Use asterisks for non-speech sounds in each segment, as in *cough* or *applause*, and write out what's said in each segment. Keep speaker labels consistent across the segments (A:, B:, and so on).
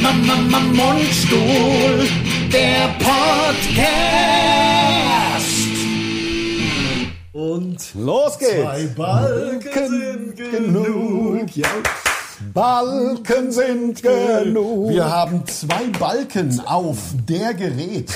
A: Mama, Mama, Mundstuhl, der Podcast.
B: Und
A: Los
B: zwei
A: geht's! *laughs*
B: Balken sind genug. Ja.
A: Balken sind genug. Wir haben zwei Balken auf der Gerät.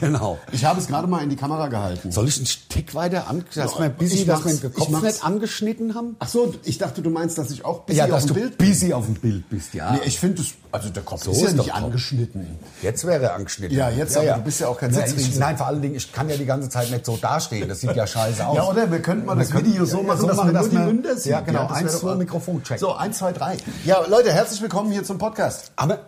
B: genau.
A: Ich habe es gerade mal in die Kamera gehalten.
B: Soll ich einen Tick weiter an, dass
A: Ja,
B: wir busy,
A: ich
B: dass wir
A: mach's,
B: den
A: ich
B: Kopf
A: mach's.
B: nicht angeschnitten haben?
A: Ach so, ich dachte, du meinst, dass ich auch busy auf dem Bild
B: busy auf dem Bild bist, ja.
A: Nee, ich finde es, also der Kopf ist,
B: ist
A: ja
B: doch
A: nicht
B: top.
A: angeschnitten.
B: Jetzt wäre er angeschnitten.
A: Ja, jetzt, aber du bist ja auch kein
B: Nein,
A: Sitzriese.
B: ich, Nein, vor allen Dingen, ich kann ja die ganze Zeit nicht so dastehen. Das sieht ja scheiße aus.
A: Ja, oder? Wir könnten mal das Video so machen, dass man nur die Münder sieht.
B: Ja, genau.
A: das
B: eins,
A: wäre doch-
B: zwei, Mikrofon checken.
A: So, eins, zwei, drei. Ja, Leute, herzlich willkommen hier zum Podcast.
B: Aber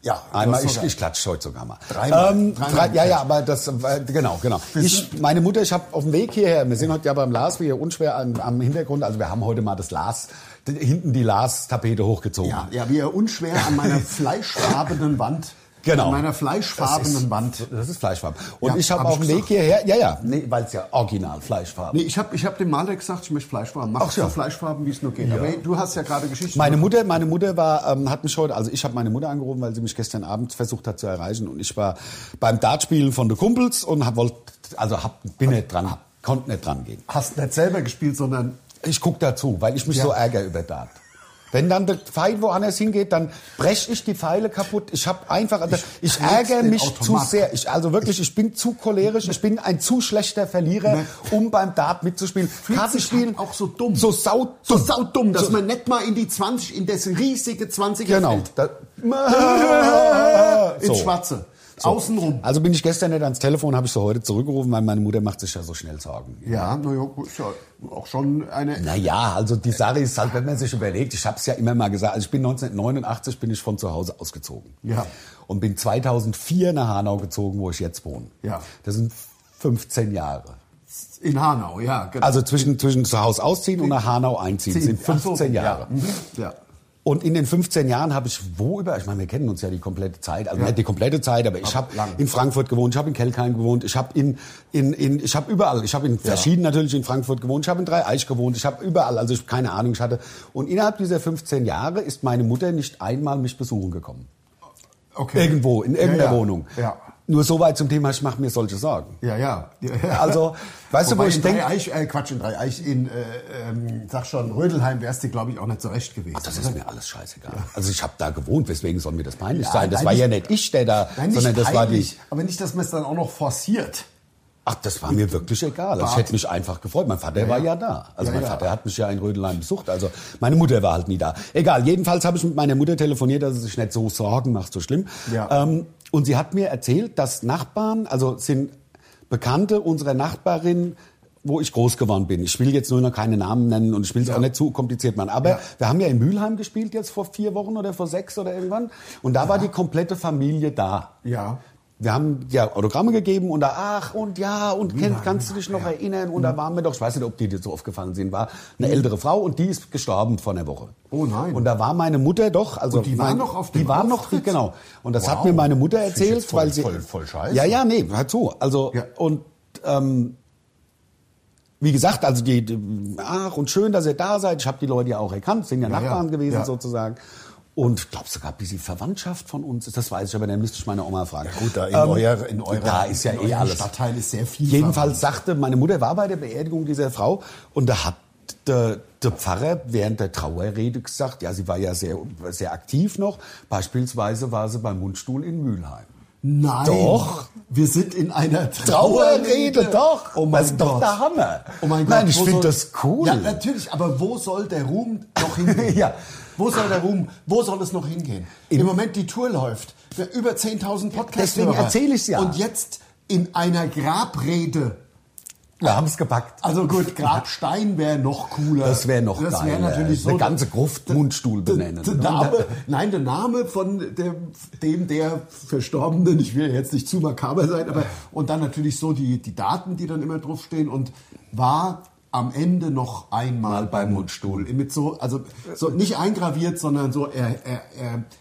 A: Ja,
B: Einmal,
A: du hast
B: ich,
A: sogar-
B: ich klatsche heute sogar mal.
A: Dreimal.
B: Ähm,
A: Dreimal
B: drei, ja, ja, aber das, äh, genau, genau. Ich, meine Mutter, ich habe auf dem Weg hierher, wir sind heute ja beim Lars, wir unschwer am, am Hintergrund, also wir haben heute mal das Lars, d- hinten die Lars-Tapete hochgezogen.
A: Ja, ja, wie er unschwer
B: *laughs*
A: an meiner fleischfarbenen Wand.
B: Genau.
A: An meiner
B: Das
A: fleischfarbenen
B: ist-
A: Wand.
B: Das ist Fleischfarben. Und
A: Ja,
B: ich habe
A: hab
B: auf
A: ich
B: dem Weg
A: gesagt.
B: hierher, ja, ja, nee, weil es ja original Fleischfarben.
A: Nee, ich habe ich hab dem Maler gesagt, ich möchte Fleischfarben machen.
B: Ach ja.
A: So Fleischfarben, wie es nur geht. Aber hey, du hast ja gerade Geschichten.
B: Meine Mutter, meine Mutter war, ähm, hat mich heute, also ich habe meine Mutter angerufen, weil sie mich gestern Abend versucht hat zu erreichen und ich war beim Dartspielen von den Kumpels und hab, wollt, also hab, bin nicht dran, konnte nicht dran gehen.
A: hast nicht selber gespielt, sondern
B: Ich guck dazu, weil ich mich
A: Ja.
B: so ärgere über Dart. Wenn dann der Pfeil woanders hingeht, dann brech ich die Pfeile kaputt. Ich habe einfach, ich, ich
A: krebs
B: ärgere
A: den
B: mich zu
A: Automat.
B: sehr. Ich, also wirklich, ich bin zu cholerisch, ich bin ein zu schlechter Verlierer, um beim Dart mitzuspielen.
A: sich
B: Kartenspielen
A: halt auch so dumm.
B: So saudumm.
A: so saudumm, dass
B: So-
A: man nicht mal in die 20, in das riesige 20er
B: Genau.
A: fällt.
B: *laughs* Da- *laughs*
A: Ins
B: So.
A: Schwarze.
B: So.
A: Außenrum.
B: Also bin ich gestern nicht ans Telefon, habe ich so heute zurückgerufen, weil meine Mutter macht sich ja so schnell Sorgen.
A: Ja, naja, gut, ist ja auch schon eine.
B: Naja, also die Sache ist halt, wenn man sich überlegt, ich habe es ja immer mal gesagt, also ich bin 1989 bin ich von zu Hause ausgezogen.
A: Ja.
B: Und bin 2004 nach Hanau gezogen, wo ich jetzt wohne.
A: Ja.
B: Das sind 15 Jahre.
A: In Hanau, ja, genau.
B: Also zwischen, zwischen zu Hause ausziehen und nach Hanau einziehen
A: Zehn.
B: sind
A: Ach so,
B: 15 Jahre.
A: Ja. Mhm. ja.
B: Und in den 15 Jahren habe ich wo über, ich meine, wir kennen uns ja die komplette Zeit, also nicht die komplette Zeit, aber ich habe
A: lang.
B: in Frankfurt gewohnt, ich habe in Kelkheim gewohnt, ich habe in, in, in ich habe überall, ich habe in verschieden natürlich in Frankfurt gewohnt, ich habe in Dreieich gewohnt, ich habe überall, also ich keine Ahnung, ich hatte und innerhalb dieser 15 Jahre ist meine Mutter nicht einmal mich besuchen gekommen.
A: Okay.
B: Irgendwo in irgendeiner
A: ja, ja.
B: Wohnung.
A: Ja.
B: Nur so weit zum Thema, ich mache mir solche Sorgen.
A: Ja, ja. ja, ja.
B: Also, weißt du,
A: Wobei
B: wo ich
A: in
B: denk-
A: Dreieich, äh, Quatsch, in Dreieich, in, äh, ähm, sag schon, Rödelheim wärst du, glaube ich, auch nicht zurecht gewesen.
B: Das ist mir alles scheißegal. Also ich habe da gewohnt, weswegen soll mir das peinlich
A: Ja,
B: sein? Das
A: nein,
B: war
A: nicht-
B: ja nicht ich, der da,
A: Nein, nicht
B: sondern das war die
A: peinlich, Aber nicht, dass man es dann auch noch forciert.
B: Ach, das war mir wirklich egal. Also Ich
A: Bart.
B: hätte mich einfach gefreut. Mein Vater war ja da. Also
A: Ja,
B: mein
A: ja.
B: Vater hat mich ja in Rödelheim besucht. Also meine Mutter war halt nie da. Egal, jedenfalls habe ich mit meiner Mutter telefoniert, dass sie sich nicht so Sorgen macht, so schlimm.
A: Ja.
B: Ähm, und sie hat mir erzählt, dass Nachbarn, also sind Bekannte unserer Nachbarin, wo ich groß geworden bin. Ich will jetzt nur noch keine Namen nennen und ich will es auch nicht zu kompliziert machen. Aber
A: Ja.
B: wir haben ja in Mülheim gespielt jetzt vor vier Wochen oder vor sechs oder irgendwann. Und da war die komplette Familie da.
A: Ja.
B: Wir haben ja Autogramme gegeben und da, ach und ja, und kennt, kannst du dich noch erinnern?
A: Hm.
B: Und da waren wir doch, ich weiß nicht, ob die dir so aufgefallen sind, war eine ältere Frau und die ist gestorben vor einer Woche.
A: Oh nein.
B: Und da war meine Mutter doch, also
A: Und die war
B: mein,
A: noch auf
B: die
A: dem
B: war noch,
A: Auftritt?
B: genau. Und das hat
A: Wow.
B: mir meine Mutter
A: Find ich
B: erzählt,
A: jetzt voll-
B: weil sie
A: voll- voll scheiße.
B: Ja, ja, nee, hör zu. Also
A: Ja.
B: und ähm, wie gesagt, also die, die ach und schön, dass ihr da seid. Ich habe die Leute ja auch erkannt, sind ja,
A: Ja,
B: Nachbarn
A: ja,
B: gewesen
A: ja.
B: sozusagen. Und ich glaube sogar, ein bisschen Verwandtschaft von uns ist, das weiß ich, aber dann müsste ich meine Oma fragen.
A: Gut, da in,
B: Ähm,
A: eurer, in eurer
B: da ist ja
A: in
B: eh
A: eurem
B: alles.
A: Stadtteil ist sehr viel.
B: Jedenfalls sagte, meine Mutter war bei der Beerdigung dieser Frau und da hat der, der Pfarrer während der Trauerrede gesagt, ja, sie war ja sehr, sehr aktiv noch. Beispielsweise war sie beim Mundstuhl in Mülheim.
A: Nein.
B: Doch.
A: Wir sind in einer
B: Trauerrede, doch.
A: Oh mein
B: das ist
A: Gott.
B: doch der Hammer.
A: Oh mein Gott.
B: Nein, ich
A: wo
B: finde
A: soll-
B: das cool.
A: Ja, natürlich, aber wo soll der Ruhm noch hingehen?
B: *laughs* Ja.
A: Wo soll der Ruhm, wo soll es noch hingehen? Im Moment die Tour läuft. Wir über 10.000 Podcasts.
B: Deswegen erzähl ich's ja.
A: Und jetzt in einer Grabrede.
B: Wir haben es gepackt.
A: Also gut, Grabstein wäre noch cooler.
B: Das wäre noch
A: Das wäre
B: geiler.
A: natürlich so.
B: Eine ganze Gruft Mundstuhl
A: der-
B: benennen. ne?
A: Der Name, nein, der Name von dem, dem der Verstorbenen, ich will jetzt nicht zu makaber sein, aber und dann natürlich so die, die Daten, die dann immer draufstehen und war am Ende noch einmal beim Mundstuhl. Mit so, also so nicht eingraviert, sondern so er, er,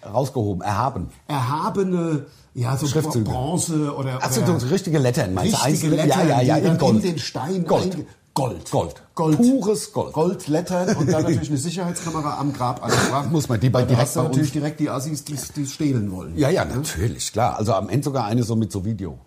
A: er,
B: Rausgehoben, erhaben.
A: erhabene, ja, so
B: Schriftzüge.
A: Bronze oder.
B: Achso,
A: oder
B: so richtige Lettern, meinst du?
A: richtige
B: Einzelne-
A: Lettern,
B: ja, ja, ja,
A: die dann
B: in Gold.
A: in den Stein
B: Gold.
A: einge- Gold.
B: Gold.
A: Gold.
B: Pures Gold.
A: Goldlettern und dann natürlich eine Sicherheitskamera am Grab angebracht.
B: Muss man die bei-
A: Da
B: direkt
A: hast du
B: bei
A: natürlich
B: uns-
A: direkt die Assis, die die stehlen wollen.
B: Ja, ja, natürlich, klar. Also am Ende sogar eine so mit so Video.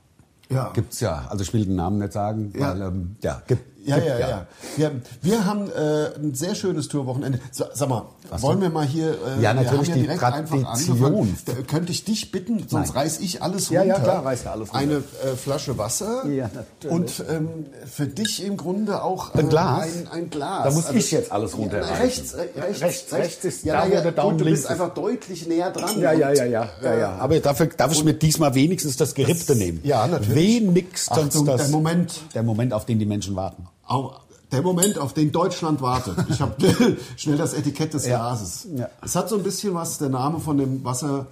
A: Ja.
B: Gibt's ja. Also ich will den Namen nicht sagen,
A: Ja.
B: weil ähm, ja, gibt,
A: Ja,
B: gibt,
A: ja, ja. Wir, wir haben äh, ein sehr schönes Tourwochenende. Sa- Sag mal,
B: Was
A: wollen
B: denn?
A: wir mal hier. Äh,
B: Ja, natürlich
A: wir haben
B: die
A: direkt
B: Tradition.
A: einfach angefangen. Da, könnte ich dich bitten, sonst
B: Nein.
A: reiß ich alles
B: Ja,
A: runter.
B: ja, klar, reiß ja alles runter.
A: Eine äh, Flasche Wasser.
B: Ja, natürlich.
A: Und ähm, für dich im Grunde auch äh,
B: Ein Glas?
A: Ein, ein Glas. Also,
B: Da muss ich jetzt alles runterreißen.
A: Ja, rechts, re- rechts,
B: Rechts, rechts ist
A: ja,
B: da,
A: na ja,
B: wo der Daumen
A: gut, du
B: links
A: bist
B: ist.
A: einfach deutlich näher dran.
B: Ja, ja,
A: Und,
B: ja, ja, ja,
A: äh,
B: ja. Aber dafür darf ich mir diesmal wenigstens das Gerippte nehmen.
A: ja, natürlich.
B: Wenigstens
A: Achtung,
B: das.
A: der Moment.
B: Der Moment, auf den die Menschen warten.
A: Au, der Moment, auf den Deutschland wartet. Ich habe *laughs* schnell das Etikett des
B: Ja.
A: Glases.
B: Ja.
A: Es hat so ein bisschen was, der Name von dem Wasser,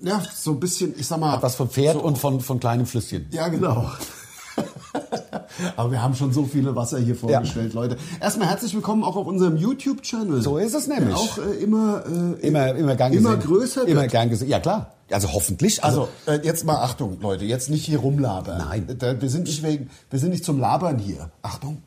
A: ja, so ein bisschen, ich sag mal.
B: Was vom Pferd und von, von kleinem Flüsschen.
A: Ja, genau. *laughs* Aber wir haben schon so viele Wasser hier vorgestellt, Leute. Erstmal herzlich willkommen auch auf unserem YouTube-Channel.
B: So ist es nämlich.
A: Der auch äh, immer, äh,
B: Immer, immer gern
A: Immer
B: gesehen.
A: größer
B: Immer
A: wird.
B: gern gesehen. Ja, klar. Also hoffentlich.
A: Also, äh, jetzt mal Achtung, Leute, jetzt nicht hier rumlabern.
B: Nein.
A: Da, wir, sind nicht wegen, wir sind nicht zum Labern hier. Achtung.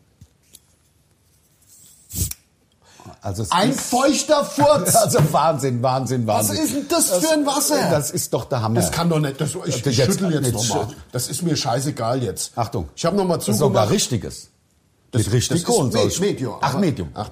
B: also es
A: Ein
B: ist-
A: feuchter Furz!
B: *laughs* Also Wahnsinn, Wahnsinn,
A: Was
B: Wahnsinn.
A: ist denn das für ein Wasser?
B: Das ist doch der Hammer.
A: Das kann doch nicht. Das, ich
B: Das
A: ich
B: jetzt-
A: schüttel jetzt
B: jetzt
A: nochmal. Das ist mir scheißegal jetzt.
B: Achtung.
A: Ich habe nochmal
B: Das ist sogar
A: zugemacht.
B: richtiges.
A: Das-
B: Mit richtig
A: das ist
B: Kohlen.
A: Me-
B: soll ich-
A: Medium,
B: Ach,
A: aber-
B: Medium.
A: Ach.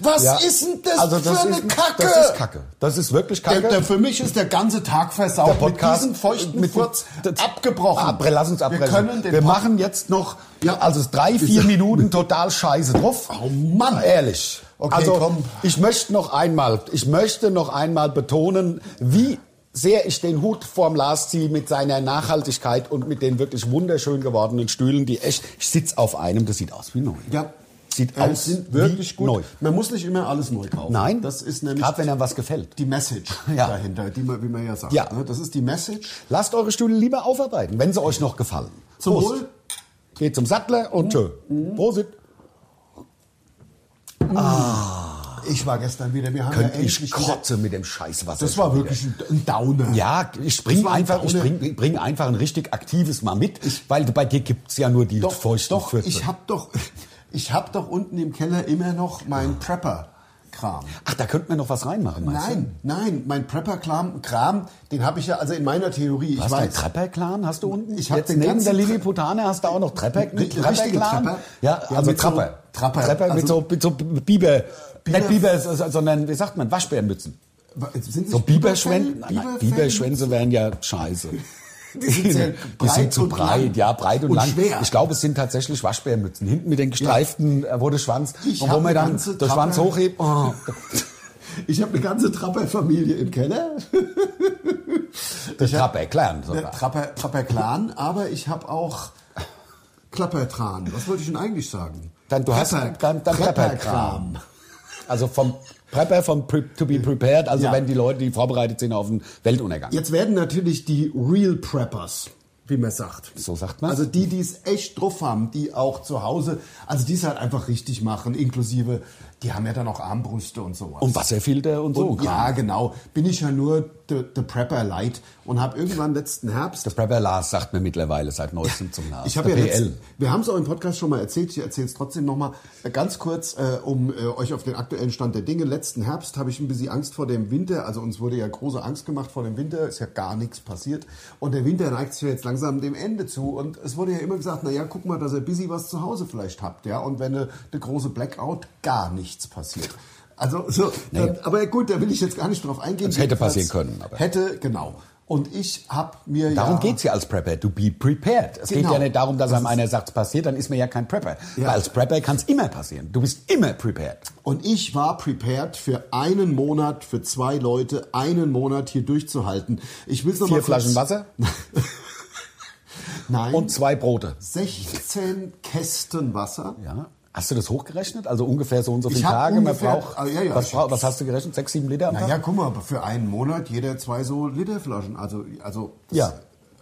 A: Was
B: Ja.
A: ist denn das,
B: also das
A: für eine
B: ist,
A: Kacke?
B: Das ist Kacke. Das ist wirklich Kacke.
A: Der, der, für mich ist der ganze Tag versaut.
B: Der Podcast
A: mit diesem feuchten
B: mit-
A: Furz
B: das-
A: abgebrochen.
B: Abre, Ah, lass uns abbrechen.
A: Wir können den
B: Wir
A: Pod-
B: machen jetzt noch
A: Ja.
B: also drei, vier Minuten total Scheiße drauf. Ah,
A: Oh Mann.
B: Ehrlich.
A: Okay,
B: also
A: komm.
B: ich möchte noch einmal, ich möchte noch einmal betonen, wie sehr ich den Hut vorm Lars ziehe mit seiner Nachhaltigkeit und mit den wirklich wunderschön gewordenen Stühlen, die echt, ich sitze auf einem, das sieht aus wie neu.
A: Ja.
B: Sieht
A: Äh,
B: aus
A: sind wirklich
B: wie
A: gut.
B: neu.
A: Man muss nicht immer alles neu kaufen.
B: Nein,
A: das ist nämlich
B: gerade wenn einem was gefällt.
A: die Message
B: *laughs* Ja.
A: dahinter, die man, wie man ja sagt.
B: Ja.
A: ne? Das ist die Message.
B: Lasst eure Stühle lieber aufarbeiten, wenn sie euch noch gefallen.
A: Zum
B: Prost.
A: Wohl.
B: Geht zum Sattler
A: Oh.
B: und tschö.
A: Mhm.
B: Prosit.
A: Ich war gestern wieder. Wir haben
B: Könnt
A: ja endlich
B: ich
A: wieder-
B: kotze mit dem Scheißwasser.
A: Das war wirklich ein ein Downer.
B: Ja, ich bring
A: war ein
B: einfach, ich
A: Downer.
B: bring, ich bring einfach ein richtig aktives mal mit, weil bei dir gibt's ja nur die
A: doch,
B: feuchten
A: doch,
B: Fürze.
A: ich hab doch, *laughs* ich hab doch unten im Keller immer noch mein Prepper-Kram.
B: Ach, da könnten wir noch was reinmachen, meinst
A: Nein, nein, mein Prepper-Kram, Kram, den habe ich ja, also in meiner Theorie,
B: du?
A: ich
B: Hast du einen
A: weiß.
B: Trapper-Clan? Hast du unten?
A: Ich hab
B: Jetzt
A: den
B: neben
A: ganzen
B: der
A: Tra-
B: Lilliputaner hast du auch noch Trapper,
A: Ri- richtige Trapper?
B: Ja,
A: Ja,
B: also
A: mit so-
B: Trapper.
A: Trapper,
B: Trapper mit,
A: also-
B: so, mit so Biber.
A: Biber-
B: Nicht Biber, sondern, wie sagt man, Waschbärenmützen.
A: Sind sie
B: So Biberschwänze,
A: Biberfan-
B: nein,
A: Biberfan-
B: Biberschwänze wären ja scheiße.
A: Die sind sehr
B: *laughs* die
A: breit
B: sind zu
A: und
B: breit,
A: lang.
B: ja, breit und,
A: Und
B: lang.
A: schwer.
B: Ich glaube, es sind tatsächlich Waschbärmützen. Hinten mit den gestreiften ja. wurde Schwanz.
A: Ich
B: und wo
A: hab
B: man
A: eine
B: dann
A: ganze
B: den Schwanz
A: Trappe.
B: hochhebt. Oh.
A: *laughs* Ich habe eine ganze Trapper-Familie im Keller.
B: Das Trapper erklären
A: Der
B: sogar.
A: Äh, Trapper, Trapper-Clan, aber ich habe auch Klappertran. Was wollte ich denn eigentlich sagen?
B: Dann, du hast
A: Prepper-
B: dann- dann Prepper-Kram. Also vom Prepper, vom Pre to be prepared. Also
A: Ja.
B: wenn die Leute, die vorbereitet sind auf den Weltuntergang.
A: Jetzt werden natürlich die Real Preppers, wie man sagt.
B: So sagt man.
A: Also die, die es echt drauf haben, die auch zu Hause, also die es halt einfach richtig machen, inklusive, die haben ja dann auch Armbrüste und sowas.
B: Und Wasserfilter und so.
A: Und ja, genau. Bin ich ja nur the, the Prepper Light und habe irgendwann letzten Herbst
B: Das Prepper Lars sagt mir mittlerweile seit neuestem zum Lars.
A: ich habe ja
B: Der
A: letzt, wir haben es auch im Podcast schon mal erzählt, ich erzähle es trotzdem nochmal. Ganz kurz, äh, um äh, euch auf den aktuellen Stand der Dinge. Letzten Herbst habe ich ein bisschen Angst vor dem Winter. Also uns wurde ja große Angst gemacht vor dem Winter. Ist ja gar nichts passiert. Und der Winter neigt sich ja jetzt langsam dem Ende zu. Und es wurde ja immer gesagt, na ja, guck mal, dass ihr busy was zu Hause vielleicht habt. ja. Und wenn eine eine große Blackout, gar nichts passiert. Also, so, dann, aber gut, da will ich jetzt gar nicht drauf eingehen.
B: Es hätte
A: Jedenfalls
B: passieren können, aber-
A: Hätte, genau. Und ich habe mir
B: Darum
A: ja...
B: geht's ja als Prepper, to be prepared. Es
A: Genau.
B: geht ja nicht darum, dass einem einer sagt, es passiert, dann ist man ja kein Prepper.
A: Ja.
B: Weil als Prepper kann's immer passieren. Du bist immer prepared.
A: Und ich war prepared für einen Monat, für zwei Leute, einen Monat hier durchzuhalten. Ich will es
B: Vier Flaschen Wasser
A: *laughs* Nein.
B: und zwei Brote.
A: 16 Kästen Wasser.
B: Ja. Hast du das hochgerechnet? Also ungefähr so und so
A: Ich
B: viele
A: hab
B: Tage. Man
A: ungefähr-
B: braucht,
A: Ah, ja, ja,
B: was,
A: ich-
B: brauch- was hast du gerechnet? Sechs, sieben Liter am Tag?
A: Naja, guck mal, für einen Monat jeder zwei so Literflaschen. Also, also. das-
B: Ja.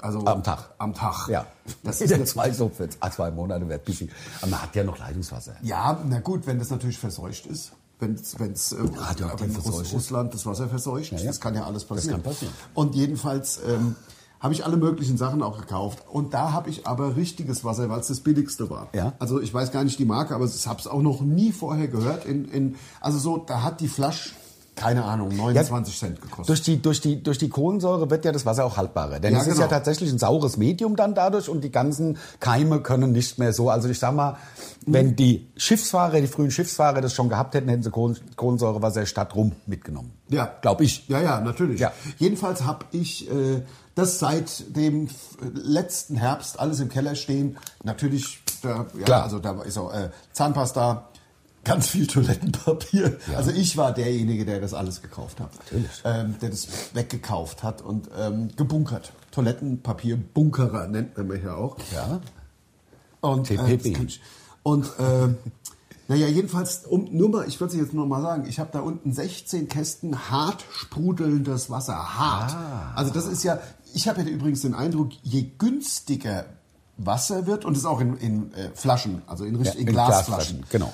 A: Also.
B: Am Tag.
A: Am Tag.
B: Ja. *laughs*
A: Das ist jetzt,
B: zwei, so für ah, zwei Monate wert. Bisschen. Aber man hat ja noch Leitungswasser.
A: ja, na gut, wenn das natürlich verseucht ist. Wenn es äh,
B: Radioaktiv
A: wenn Russ-
B: verseucht ist.
A: Russland das Wasser verseucht,
B: ja.
A: das kann ja alles
B: Das
A: passieren.
B: kann passieren.
A: Und jedenfalls ähm, habe ich alle möglichen Sachen auch gekauft. Und da habe ich aber richtiges Wasser, weil es das billigste war.
B: Ja.
A: Also ich weiß gar nicht die Marke, aber ich habe es auch noch nie vorher gehört. In, in, also so, da hat die Flasche, keine Ahnung, 29 Cent gekostet.
B: Durch die, durch, die, durch die Kohlensäure wird ja das Wasser auch haltbarer. Denn
A: Ja,
B: es ist
A: genau.
B: ja tatsächlich ein saures Medium dann dadurch und die ganzen Keime können nicht mehr so. Also ich sag mal, wenn die Schiffsfahrer, die frühen Schiffsfahrer das schon gehabt hätten, hätten sie Kohlen, Kohlensäurewasser statt rum mitgenommen.
A: Ja.
B: Glaub ich.
A: Ja, ja, natürlich.
B: Ja.
A: Jedenfalls habe ich äh, das seit dem f- letzten Herbst alles im Keller stehen. Natürlich, da, ja,
B: Klar.
A: also da ist auch äh, Zahnpasta, ganz viel Toilettenpapier. Also ich war derjenige, der das alles gekauft hat.
B: Natürlich.
A: Ähm, der das weggekauft hat und ähm, gebunkert. Toilettenpapier-Bunkerer nennt man mich ja auch.
B: Ja.
A: Und, äh,
B: TPP.
A: das kann ich- und äh, naja, jedenfalls, um, nur mal, ich würde es jetzt nur mal sagen, ich habe da unten 16 Kästen hart sprudelndes Wasser. Hart.
B: Ah.
A: Also das ist ja, ich habe ja übrigens den Eindruck, je günstiger Wasser wird, und das ist auch in, in äh, Flaschen, also in, richtig, in, Glasflaschen,
B: Genau.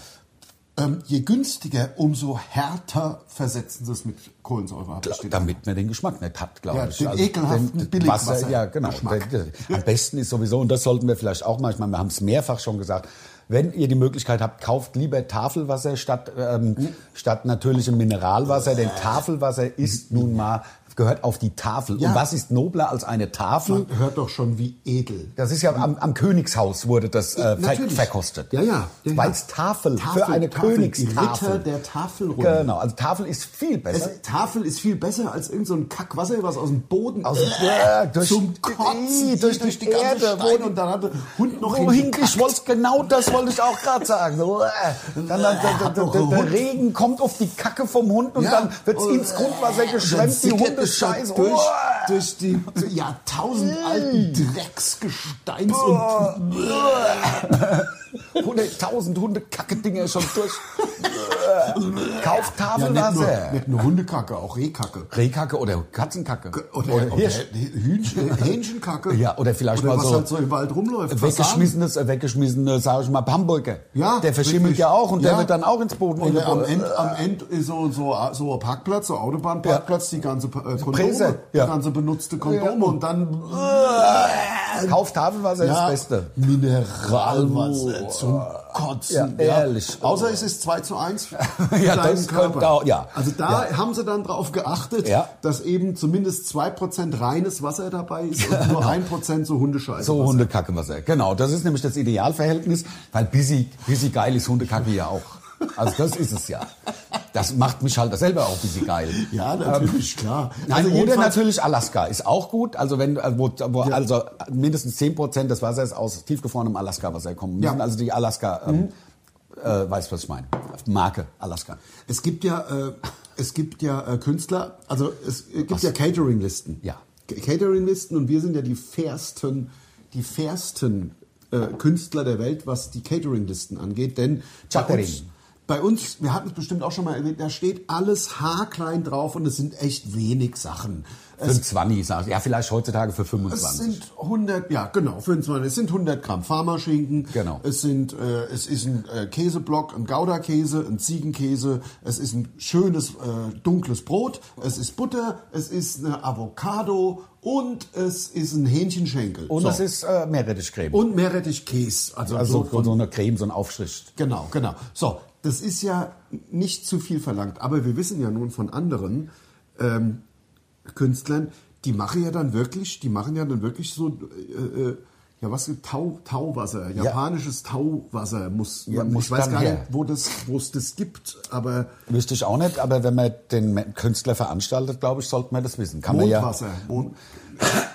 A: ähm, je günstiger, umso härter versetzen sie es mit Kohlensäure. hab ich den
B: Damit man den Geschmack nicht hat, glaube
A: Ja,
B: ich.
A: den ekelhaften
B: den- den
A: Billigwasser-
B: Wasser, Ja, genau.
A: Geschmack.
B: Der- der- Am besten ist sowieso, und das sollten wir vielleicht auch mal, ich meine, wir haben es mehrfach schon gesagt, wenn ihr die Möglichkeit habt, kauft lieber Tafelwasser statt, ähm,
A: Mhm.
B: statt natürlichem Mineralwasser, denn Tafelwasser ist nun mal, gehört auf die Tafel.
A: Ja.
B: Und was ist nobler als eine Tafel?
A: Man hört doch schon, wie edel
B: Das ist ja am, am Königshaus wurde das äh, ver
A: Natürlich.
B: verkostet.
A: Ja, ja. ja
B: Weil
A: ja.
B: es Tafel, für eine
A: Tafel, Die Ritter
B: Königstafel.
A: der Tafelrunde.
B: Genau, also Tafel ist viel besser.
A: Es, Tafel ist viel besser als irgendein so ein Kackwasser, was aus dem Boden
B: Aus dem- ja, durch-
A: zum Kotzen
B: Ih, durch die Erde, wo
A: Steine
B: die-
A: und dann hat der Hund noch
B: Wohin
A: hingekackt.
B: ich wollte genau das wollte ich auch gerade sagen. So, äh, dann, dann, dann, dann,
A: Hat doch
B: der,
A: ein
B: der
A: Hund.
B: Regen kommt auf die Kacke vom Hund und
A: Ja.
B: dann wird es
A: Und-
B: ins Grundwasser
A: Dann
B: geschwemmt, die
A: sickert
B: Hunde
A: es da
B: scheiße.
A: durch,
B: Uah.
A: durch die so jahrtausendalten Drecksgesteins
B: Uah.
A: und
B: Hunderttausend *laughs* Hunde Kacke-Dinger schon durch. Äh, Kauft
A: ja, nicht, nur,
B: Tafelwasser.
A: nicht nur Hundekacke, auch Rehkacke.
B: Rehkacke oder Katzenkacke.
A: Oder, oder, Hühnchen, Hähnchenkacke.
B: Ja, oder vielleicht mal
A: was
B: so
A: halt so im Wald rumläuft. Fasanen.
B: Weggeschmissenes, äh, weggeschmissenes, sag ich mal, Hamburger.
A: Ja,
B: der verschimmelt
A: wirklich.
B: ja auch und
A: Ja.
B: der wird dann auch ins Boden
A: Und am
B: eingebaut.
A: Ende, am Ende ist so, so, so ein Parkplatz, so Autobahnparkplatz, die ganze äh, Kondome,
B: Presse, ja.
A: die ganze benutzte Kondome
B: Ja.
A: und dann
B: Kauft Tafelwasser
A: ja,
B: das Beste. Oh.
A: Mineralwasser zum Kotzen.
B: Ja, ehrlich. Oh.
A: Außer es ist 2
B: *laughs*
A: zu 1
B: Ja, das könnte auch- ja.
A: Also da haben sie dann drauf geachtet,
B: Ja.
A: dass eben zumindest 2% reines Wasser dabei ist und
B: *laughs*
A: nur 1% so Hundescheiße.
B: So Hundekackewasser, genau. Das ist nämlich das Idealverhältnis, weil busy, busy geil ist Hundekacke ja auch. Also das ist es ja. Das macht mich halt selber auch busy geil.
A: Ja, natürlich,
B: Ähm,
A: klar.
B: Nein, oder
A: jedenfalls-
B: natürlich Alaska ist auch gut. Also wenn äh, wo, wo also mindestens 10 Prozent des Wassers aus tiefgefrorenem Alaska-Wasser kommen müssen.
A: Ja. Mhm.
B: Also die Alaska, ähm, äh, weißt du, was ich meine? Marke Alaska.
A: Es gibt ja, äh, es gibt ja äh, Künstler, also es äh, gibt ja Catering-Listen.
B: Ja.
A: Ca- Catering-Listen und wir sind ja die fairsten, die fairsten äh, Künstler der Welt, was die Catering-Listen angeht, denn bei
B: Chattering.
A: uns, bei uns, wir hatten es bestimmt auch schon mal erwähnt, da steht alles haarklein drauf und es sind echt wenig Sachen.
B: Für ein 20, sag ich. Ja, vielleicht heutzutage für
A: Es
B: 25.
A: sind 100, ja genau, 25. Es sind 100 Gramm Farmerschinken.
B: Genau.
A: Es sind, äh, es ist ein äh, Käseblock, ein Gouda-Käse, ein Ziegenkäse. Es ist ein schönes äh, dunkles Brot. Es ist Butter. Es ist eine Avocado und es ist ein Hähnchenschenkel.
B: Und
A: So.
B: das ist äh, Meerrettichcreme.
A: und Meerrettichkäse. Also,
B: Also
A: so
B: so, so eine Creme, so ein Aufstrich.
A: Genau, genau. So, das ist ja nicht zu viel verlangt, aber wir wissen ja nun von anderen ähm, Künstlern, die machen ja dann wirklich, die machen ja dann wirklich so, äh, äh, ja was, Tau, Tauwasser, japanisches Tauwasser muss,
B: Ja,
A: man,
B: muss
A: ich weiß
B: dann
A: gar
B: her.
A: nicht, wo das, wo es das gibt, aber
B: Wüsste ich auch nicht, aber wenn man den Künstler veranstaltet, glaube ich, sollte man das wissen. Kann
A: Mondwasser, Mond,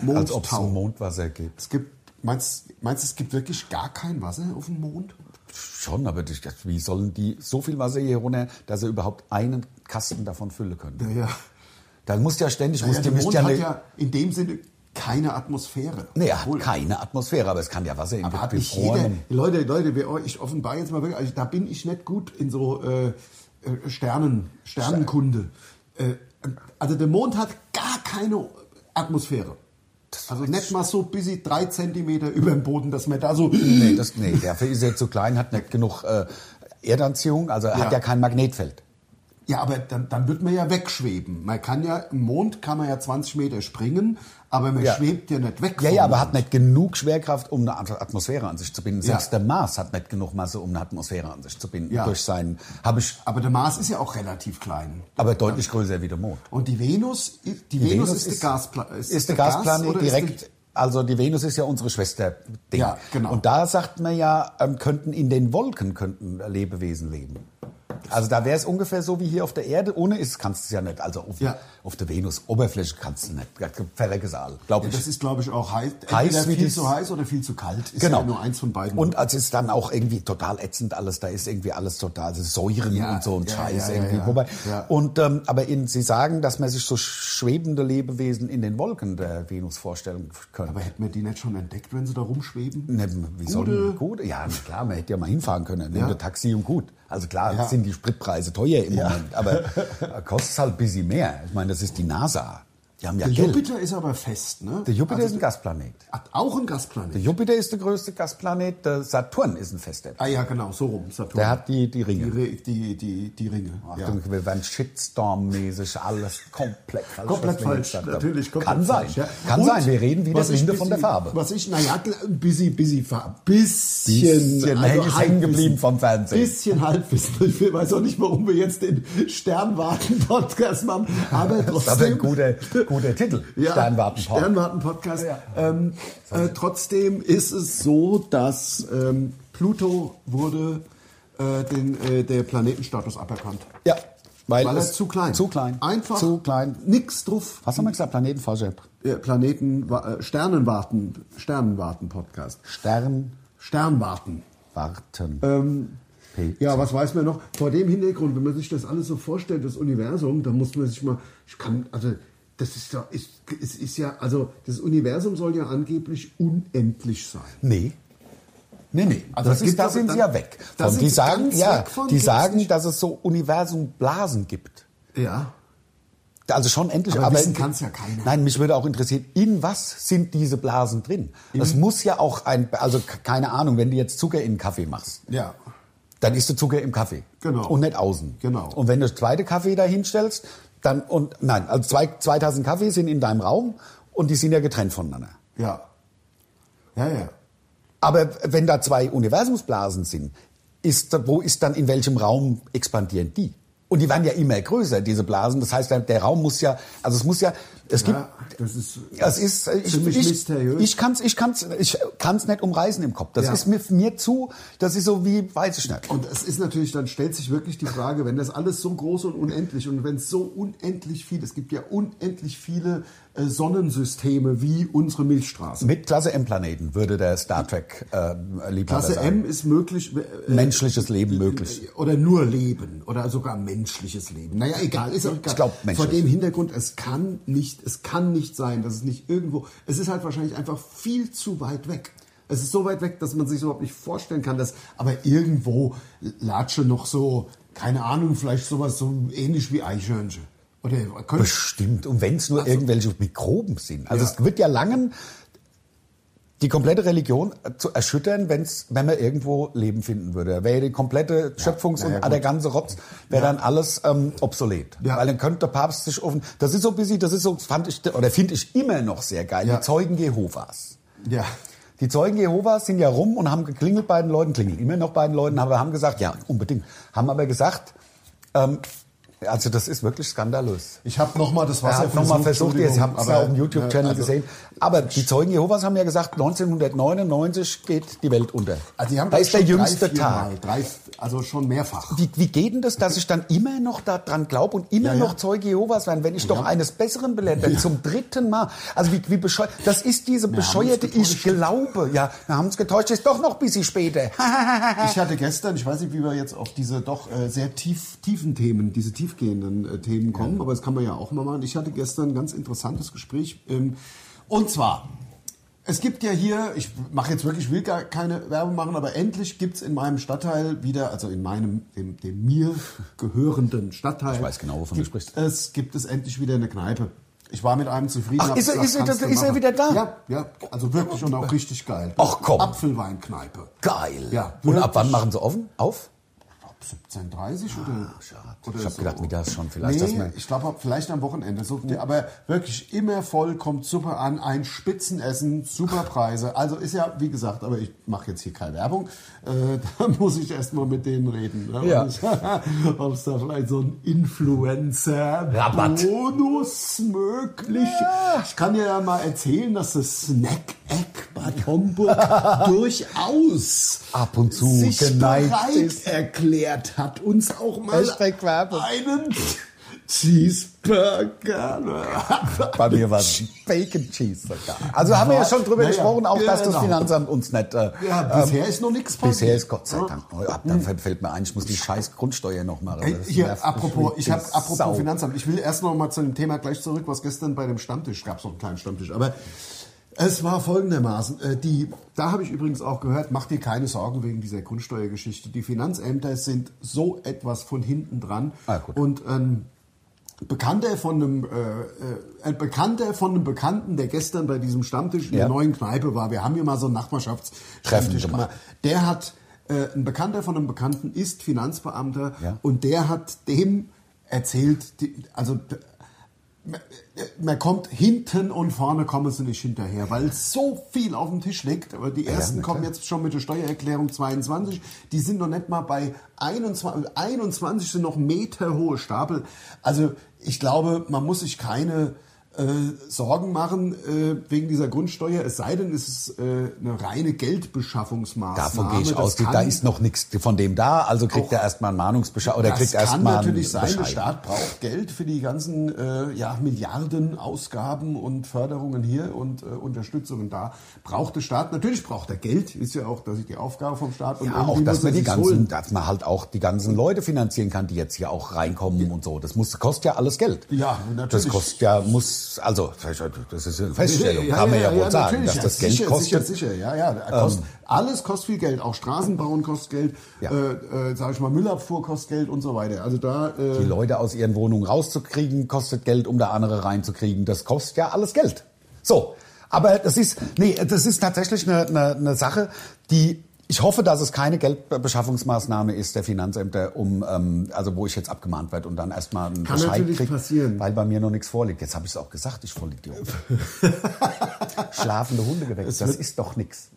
B: man ja, als ob es
A: Mondtau.
B: um Mondwasser geht.
A: Es gibt, meinst, meinst du, es gibt wirklich gar kein Wasser auf dem Mond?
B: Schon, aber das- das- wie sollen die so viel Wasser hier runter, dass sie überhaupt einen Kasten davon füllen können?
A: Naja,
B: Dann muss ja ständig, muss
A: naja
B: die
A: der
B: müsst
A: Mond
B: ja,
A: hat
B: eine,
A: ja in dem Sinne keine Atmosphäre.
B: nee, er
A: Obwohl-
B: hat keine Atmosphäre, aber es kann ja Wasser in
A: Aber hat nicht jeder,
B: gefrorenem.
A: Leute, Leute, wir- oh, ich offenbar jetzt mal wirklich, also da bin ich nicht gut in so äh, äh, Sternen, Sternenkunde. Äh, also der Mond hat gar keine Atmosphäre. Also nicht mal so bis sie drei Zentimeter über dem Boden, dass man da so.
B: Nee, das, nee, dafür ist er zu klein, hat nicht genug äh, Erdanziehung, also er hat
A: Ja.
B: ja kein Magnetfeld.
A: Ja, aber dann, dann wird man ja wegschweben. Man kann ja, im Mond kann man ja 20 Meter springen, aber man
B: Ja.
A: schwebt ja nicht weg.
B: Ja,
A: vom
B: ja, aber
A: Mond.
B: hat nicht genug Schwerkraft, um eine At- Atmosphäre an sich zu binden.
A: Ja.
B: Selbst der Mars hat nicht genug Masse, um eine Atmosphäre an sich zu binden.
A: Ja.
B: Durch seinen, habe ich,
A: aber der Mars ist ja auch relativ klein.
B: aber deutlich größer wie der Mond.
A: Und die Venus, die, Venus, ist, der Gaspla
B: Ist, der Gasplanet
A: oder ist
B: direkt. also die Venus ist ja unsere Schwester. -Ding.
A: Ja, genau.
B: Und da sagt man ja, ähm, könnten in den Wolken könnten Lebewesen leben. Also da wäre es ungefähr so wie hier auf der Erde. Ohne ist kannst du es ja nicht. Also auf,
A: Ja.
B: auf der Venus Oberfläche kannst du nicht. Verrecke Saal, glaube
A: Ja,
B: ich.
A: das ist, glaube ich, auch heiß.
B: Heiß
A: Entweder
B: wie
A: viel
B: dies-
A: zu heiß oder viel zu kalt. Ist
B: Genau.
A: ja nur eins von beiden.
B: Und als ist dann auch irgendwie total ätzend alles, da ist irgendwie alles total also Säuren
A: Ja,
B: und so und
A: ja,
B: Scheiß
A: ja, ja,
B: irgendwie.
A: ja.
B: Wobei,
A: Ja.
B: Und ähm, aber in, Sie sagen, dass man sich so schwebende Lebewesen in den Wolken der Venus vorstellen können.
A: aber hätten wir die nicht schon entdeckt, wenn sie da rumschweben?
B: Ne, wie soll
A: Gute-
B: denn gut? Ja, na klar, man hätte ja mal hinfahren können. Nimm
A: Ja.
B: ein Taxi und gut. Also klar,
A: Ja.
B: sind die Spritpreise teuer im Moment, aber
A: *laughs*
B: äh, kostet halt ein bisschen mehr. Ich meine, das ist die NASA. Die haben ja
A: Der
B: Geld.
A: Jupiter ist aber fest, ne?
B: Der Jupiter
A: Also,
B: ist ein Gasplanet.
A: hat auch ein
B: Der
A: Gastplanet.
B: Jupiter ist der größte Gasplanet. Der Saturn ist ein fester.
A: Ah ja, genau, so rum. Saturn.
B: Der hat die, die Ringe.
A: die, Re- die, die, die Ringe. ja.
B: Achtung, wir werden Shitstorm-mäßig alles komplett falsch.
A: Komplett
B: was wir
A: falsch,
B: jetzt gesagt haben.
A: natürlich. Komplett
B: Kann sein.
A: falsch, ja.
B: Kann
A: Und
B: sein. Wir reden wieder
A: was ich
B: Blinde
A: bisschen-
B: von der Farbe.
A: Was ich, naja, ein bisschen, bisschen Farbe. Bisschen. also
B: Bisschen hängen- hängen geblieben vom Fernsehen.
A: Bisschen Halbwissen. Ich weiß auch nicht, warum wir jetzt den Sternwarten-Podcast machen, aber
B: Das ist aber ein
A: trotzdem.
B: guter, guter Titel.
A: Ja,
B: Sternwarten-Pop.
A: Sternwarten-Podcast. Ähm, äh, trotzdem ist es so, dass ähm, Pluto wurde äh, den, äh, der Planetenstatus aberkannt.
B: Ja, weil,
A: Weil er
B: es-
A: zu klein.
B: Zu klein.
A: Einfach.
B: Zu klein.
A: Nix drauf.
B: Was haben wir gesagt? Planetenforscher.
A: Äh, Planeten, äh, Sternenwarten, Sternenwarten-Podcast. Sternwarten.
B: Sternwarten.
A: Ähm.
B: P.
A: Ja, was weiß man noch? Vor dem Hintergrund, wenn man sich das alles so vorstellt, das Universum, da muss man sich mal, ich kann, also, das ist ja, ist, es ist ja, also, das Universum soll ja angeblich unendlich sein.
B: Nee. Nee, nee.
A: Also
B: das
A: es
B: ist,
A: gibt
B: da
A: also
B: sind sie
A: dann-
B: ja weg.
A: da
B: Von,
A: sind
B: die
A: sie
B: sagen,
A: ganz
B: ja,
A: weg von,
B: die
A: gibt's
B: sagen,
A: nicht.
B: dass es so Universumblasen gibt.
A: Ja.
B: Also schon endlich.
A: Aber wissen kann's ja keiner.
B: Nein, mich würde auch interessieren, in was sind diese Blasen drin? Das muss ja auch ein, also k- keine Ahnung, wenn du jetzt Zucker in den Kaffee machst,
A: Ja.
B: dann isst du Zucker im Kaffee.
A: Genau.
B: Und nicht außen.
A: Genau.
B: Und wenn du das zweite Kaffee da hinstellst, dann, und, nein, also zwei, zwei Tassen Kaffee sind in deinem Raum und die sind ja getrennt voneinander.
A: Ja. Ja, ja.
B: Aber wenn da zwei Universumsblasen sind, ist, da- wo ist dann in welchem Raum expandieren die? Und die werden ja immer größer, diese Blasen. Das heißt, der- der Raum muss ja, also es muss ja, es gibt,
A: ja das ist,
B: das ist, ich,
A: ziemlich
B: ich,
A: mysteriös.
B: Ich kann's, ich kann's, ich kann's nicht umreißen im Kopf. Das
A: Ja.
B: ist mir, mir zu, das ist so wie, weiß ich nicht.
A: Und es ist natürlich, dann stellt sich wirklich die Frage, wenn das alles so groß und unendlich und wenn es so unendlich viel, es gibt ja unendlich viele äh, Sonnensysteme wie unsere Milchstraße.
B: Mit Klasse M-Planeten würde der Star Trek äh, Liebhaber
A: Klasse
B: sagen.
A: M ist möglich. äh,
B: Menschliches Leben möglich.
A: Oder nur Leben oder sogar menschliches Leben. Naja, egal, ist auch egal.
B: Ich glaub,
A: Vor
B: menschlich.
A: dem Hintergrund, es kann nicht, es kann nicht sein, dass es nicht irgendwo, es ist halt wahrscheinlich einfach viel zu weit weg. Es ist so weit weg, dass man sich überhaupt nicht vorstellen kann, dass aber irgendwo latsche noch so, keine Ahnung, vielleicht sowas so ähnlich wie Eichhörnchen. Oder könnte,
B: Bestimmt. Und wenn es nur irgendwelche Mikroben sind. Also
A: Also Ja.
B: es wird ja langen, die komplette Religion äh, zu erschüttern, wenn's, wenn man irgendwo Leben finden würde. Wäre die komplette Schöpfungs-
A: naja,
B: und ah,
A: gut.
B: der ganze Rotz, wäre dann alles ähm, obsolet.
A: Ja.
B: Weil dann könnte der Papst sich offen. Das ist so busy, das ist so, fand ich, oder finde ich immer noch sehr geil.
A: Ja.
B: Die Zeugen Jehovas.
A: ja.
B: Die Zeugen Jehovas sind ja rum und haben geklingelt bei den Leuten, klingeln immer noch bei den Leuten, aber haben gesagt, ja, unbedingt. Haben aber gesagt, ähm, also das ist wirklich skandalös.
A: Ich habe nochmal das
B: Er
A: Wasser
B: hat nochmal versucht, ihr habt es ja auf dem YouTube-Channel
A: gesehen.
B: gesehen. Aber die Zeugen Jehovas haben ja gesagt, 1999 geht die Welt unter.
A: Also die haben
B: da
A: das
B: ist der
A: schon
B: jüngste
A: drei, vier
B: Tag.
A: Mal, drei, also schon mehrfach.
B: Wie, wie geht denn das, dass ich dann immer noch daran glaube und immer
A: Ja, ja.
B: noch Zeuge Jehovas werde, wenn ich doch eines Besseren belehrt werde, zum dritten Mal? Also wie, wie bescheuert, das ist diese bescheuerte
A: getäuscht.
B: Ich glaube. Ja, wir haben es getäuscht, ist doch noch ein bisschen später.
A: Ich hatte gestern, ich weiß nicht, wie wir jetzt auf diese doch äh, sehr tief, tiefen Themen, diese tiefgehenden äh, Themen kommen, aber das kann man ja auch mal machen. Ich hatte gestern ein ganz interessantes Gespräch. Ähm, und zwar, es gibt ja hier, ich mache jetzt wirklich, will gar keine Werbung machen, aber endlich gibt's in meinem Stadtteil wieder, also in meinem, dem, dem mir gehörenden Stadtteil.
B: Ich weiß genau, wovon du
A: gibt
B: sprichst.
A: Es gibt es endlich wieder eine Kneipe. Ich war mit einem zufrieden.
B: Ach,
A: hab
B: ist er- ist er-
A: kannst du
B: ist er
A: machen.
B: wieder da?
A: Ja, ja, also wirklich und auch richtig geil.
B: Ach, komm.
A: Apfelweinkneipe.
B: Geil.
A: Ja,
B: und
A: wirklich.
B: ab wann machen sie offen? Auf?
A: ab 17.30 oder,
B: schade.
A: oder
B: Ich hab
A: so.
B: gedacht, mittags schon vielleicht, dass
A: Nee,
B: man-
A: ich glaube, vielleicht am Wochenende. So, Aber wirklich immer voll, kommt super an, ein Spitzenessen, super Preise. Also ist ja, wie gesagt, aber ich mache jetzt hier keine Werbung. Äh, *laughs* da muss ich erstmal mit denen reden. ne?
B: Ja.
A: Und *laughs* ich- Ob es da vielleicht so ein
B: Rabatt.
A: Influencer-Bonus möglich Ich kann dir ja mal erzählen, dass das Snack-Eck Bad Homburg *laughs* durchaus
B: Ab und zu
A: sich
B: geneigt
A: bereit
B: ist.
A: erklärt hat, uns auch mal
B: Hashtag Werbung.
A: einen Cheeseburger.
B: Bei mir war es Bacon Cheese sogar. Also haben wir ja schon drüber
A: Ja, ja.
B: gesprochen, auch
A: Ja,
B: dass das
A: genau.
B: Finanzamt uns nicht. Äh,
A: Ja,
B: ähm,
A: bisher ist noch nichts passiert.
B: bisher ist Gott sei Dank neu. Ab dann fällt mir ein, ich muss die scheiß Grundsteuer noch machen.
A: Ey,
B: Das
A: Hier,
B: nervt
A: apropos,
B: mich
A: ich
B: wie
A: habe
B: die
A: apropos
B: Sau.
A: Finanzamt. Ich will erst noch mal zu dem Thema gleich zurück, was gestern bei dem Stammtisch gab es noch einen kleinen Stammtisch, aber es war folgendermaßen, äh, die da habe ich übrigens auch gehört, mach dir keine Sorgen wegen dieser Grundsteuergeschichte. Die Finanzämter sind so etwas von hinten dran
B: Ah, gut.
A: und ähm, Bekannter von einem äh, äh, ein Bekannter von einem Bekannten, der gestern bei diesem Stammtisch in
B: Ja.
A: der neuen Kneipe war. Wir haben hier mal so einen Nachbarschaftstreffen
B: gemacht.
A: gemacht. Der hat äh, ein Bekannter von einem Bekannten ist Finanzbeamter
B: Ja.
A: und der hat dem erzählt, die, also man kommt hinten und vorne kommen sie nicht hinterher, weil so viel auf dem Tisch liegt. Aber die ersten
B: na
A: kommen
B: klar.
A: jetzt schon mit der Steuererklärung 22. Die sind noch nicht mal bei 21. 21 sind noch meterhohe Stapel. Also ich glaube, man muss sich keine äh, Sorgen machen äh, wegen dieser Grundsteuer. Es sei denn, es ist äh, eine reine Geldbeschaffungsmaßnahme.
B: Davon gehe ich
A: Das
B: aus, die-
A: kann-
B: da ist noch nichts von dem da, also kriegt
A: Auch-
B: er erstmal einen Mahnungsbescheid oder
A: das
B: kriegt
A: kann
B: erstmal einen
A: natürlich sein, der
B: Bescheid.
A: Staat braucht Geld für die ganzen äh, ja, Milliarden Ausgaben und Förderungen hier und äh, Unterstützungen da. Braucht der Staat, natürlich braucht er Geld, ist ja auch das ist die Aufgabe vom Staat. Und
B: Ja,
A: irgendwie
B: auch, dass
A: muss
B: man,
A: er
B: die
A: sich's
B: ganzen,
A: holen.
B: dass man halt auch die ganzen Leute finanzieren kann, die jetzt hier auch reinkommen und so. Das muss, kostet ja alles Geld.
A: Ja, natürlich.
B: Das kostet ja, muss, also, das ist eine Feststellung,
A: Ja,
B: kann man ja, wohl sagen,
A: natürlich,
B: dass
A: ja,
B: das Geld
A: sicher,
B: kostet. Ähm.
A: Sicher, sicher, ja, ja. Kost, alles kostet viel Geld. Auch Straßenbauen kostet Geld,
B: Ja.
A: äh, äh, sag ich mal, Müllabfuhr kostet Geld und so weiter. Also da,
B: Die
A: äh,
B: Leute aus ihren Wohnungen rauszukriegen, kostet Geld, um da andere reinzukriegen. Das kostet ja alles Geld. So. Aber das ist, nee, das ist tatsächlich eine, eine, eine Sache, die, ich hoffe, dass es keine Geldbeschaffungsmaßnahme ist der Finanzämter, um, ähm, also wo ich jetzt abgemahnt werde und dann erstmal einen
A: Kann
B: Bescheid
A: natürlich
B: krieg,
A: passieren.
B: weil bei mir noch nichts vorliegt. Jetzt habe ich es auch gesagt, ich
A: *laughs*
B: Vollidiot. Schlafende Hunde geweckt, das ist doch nichts.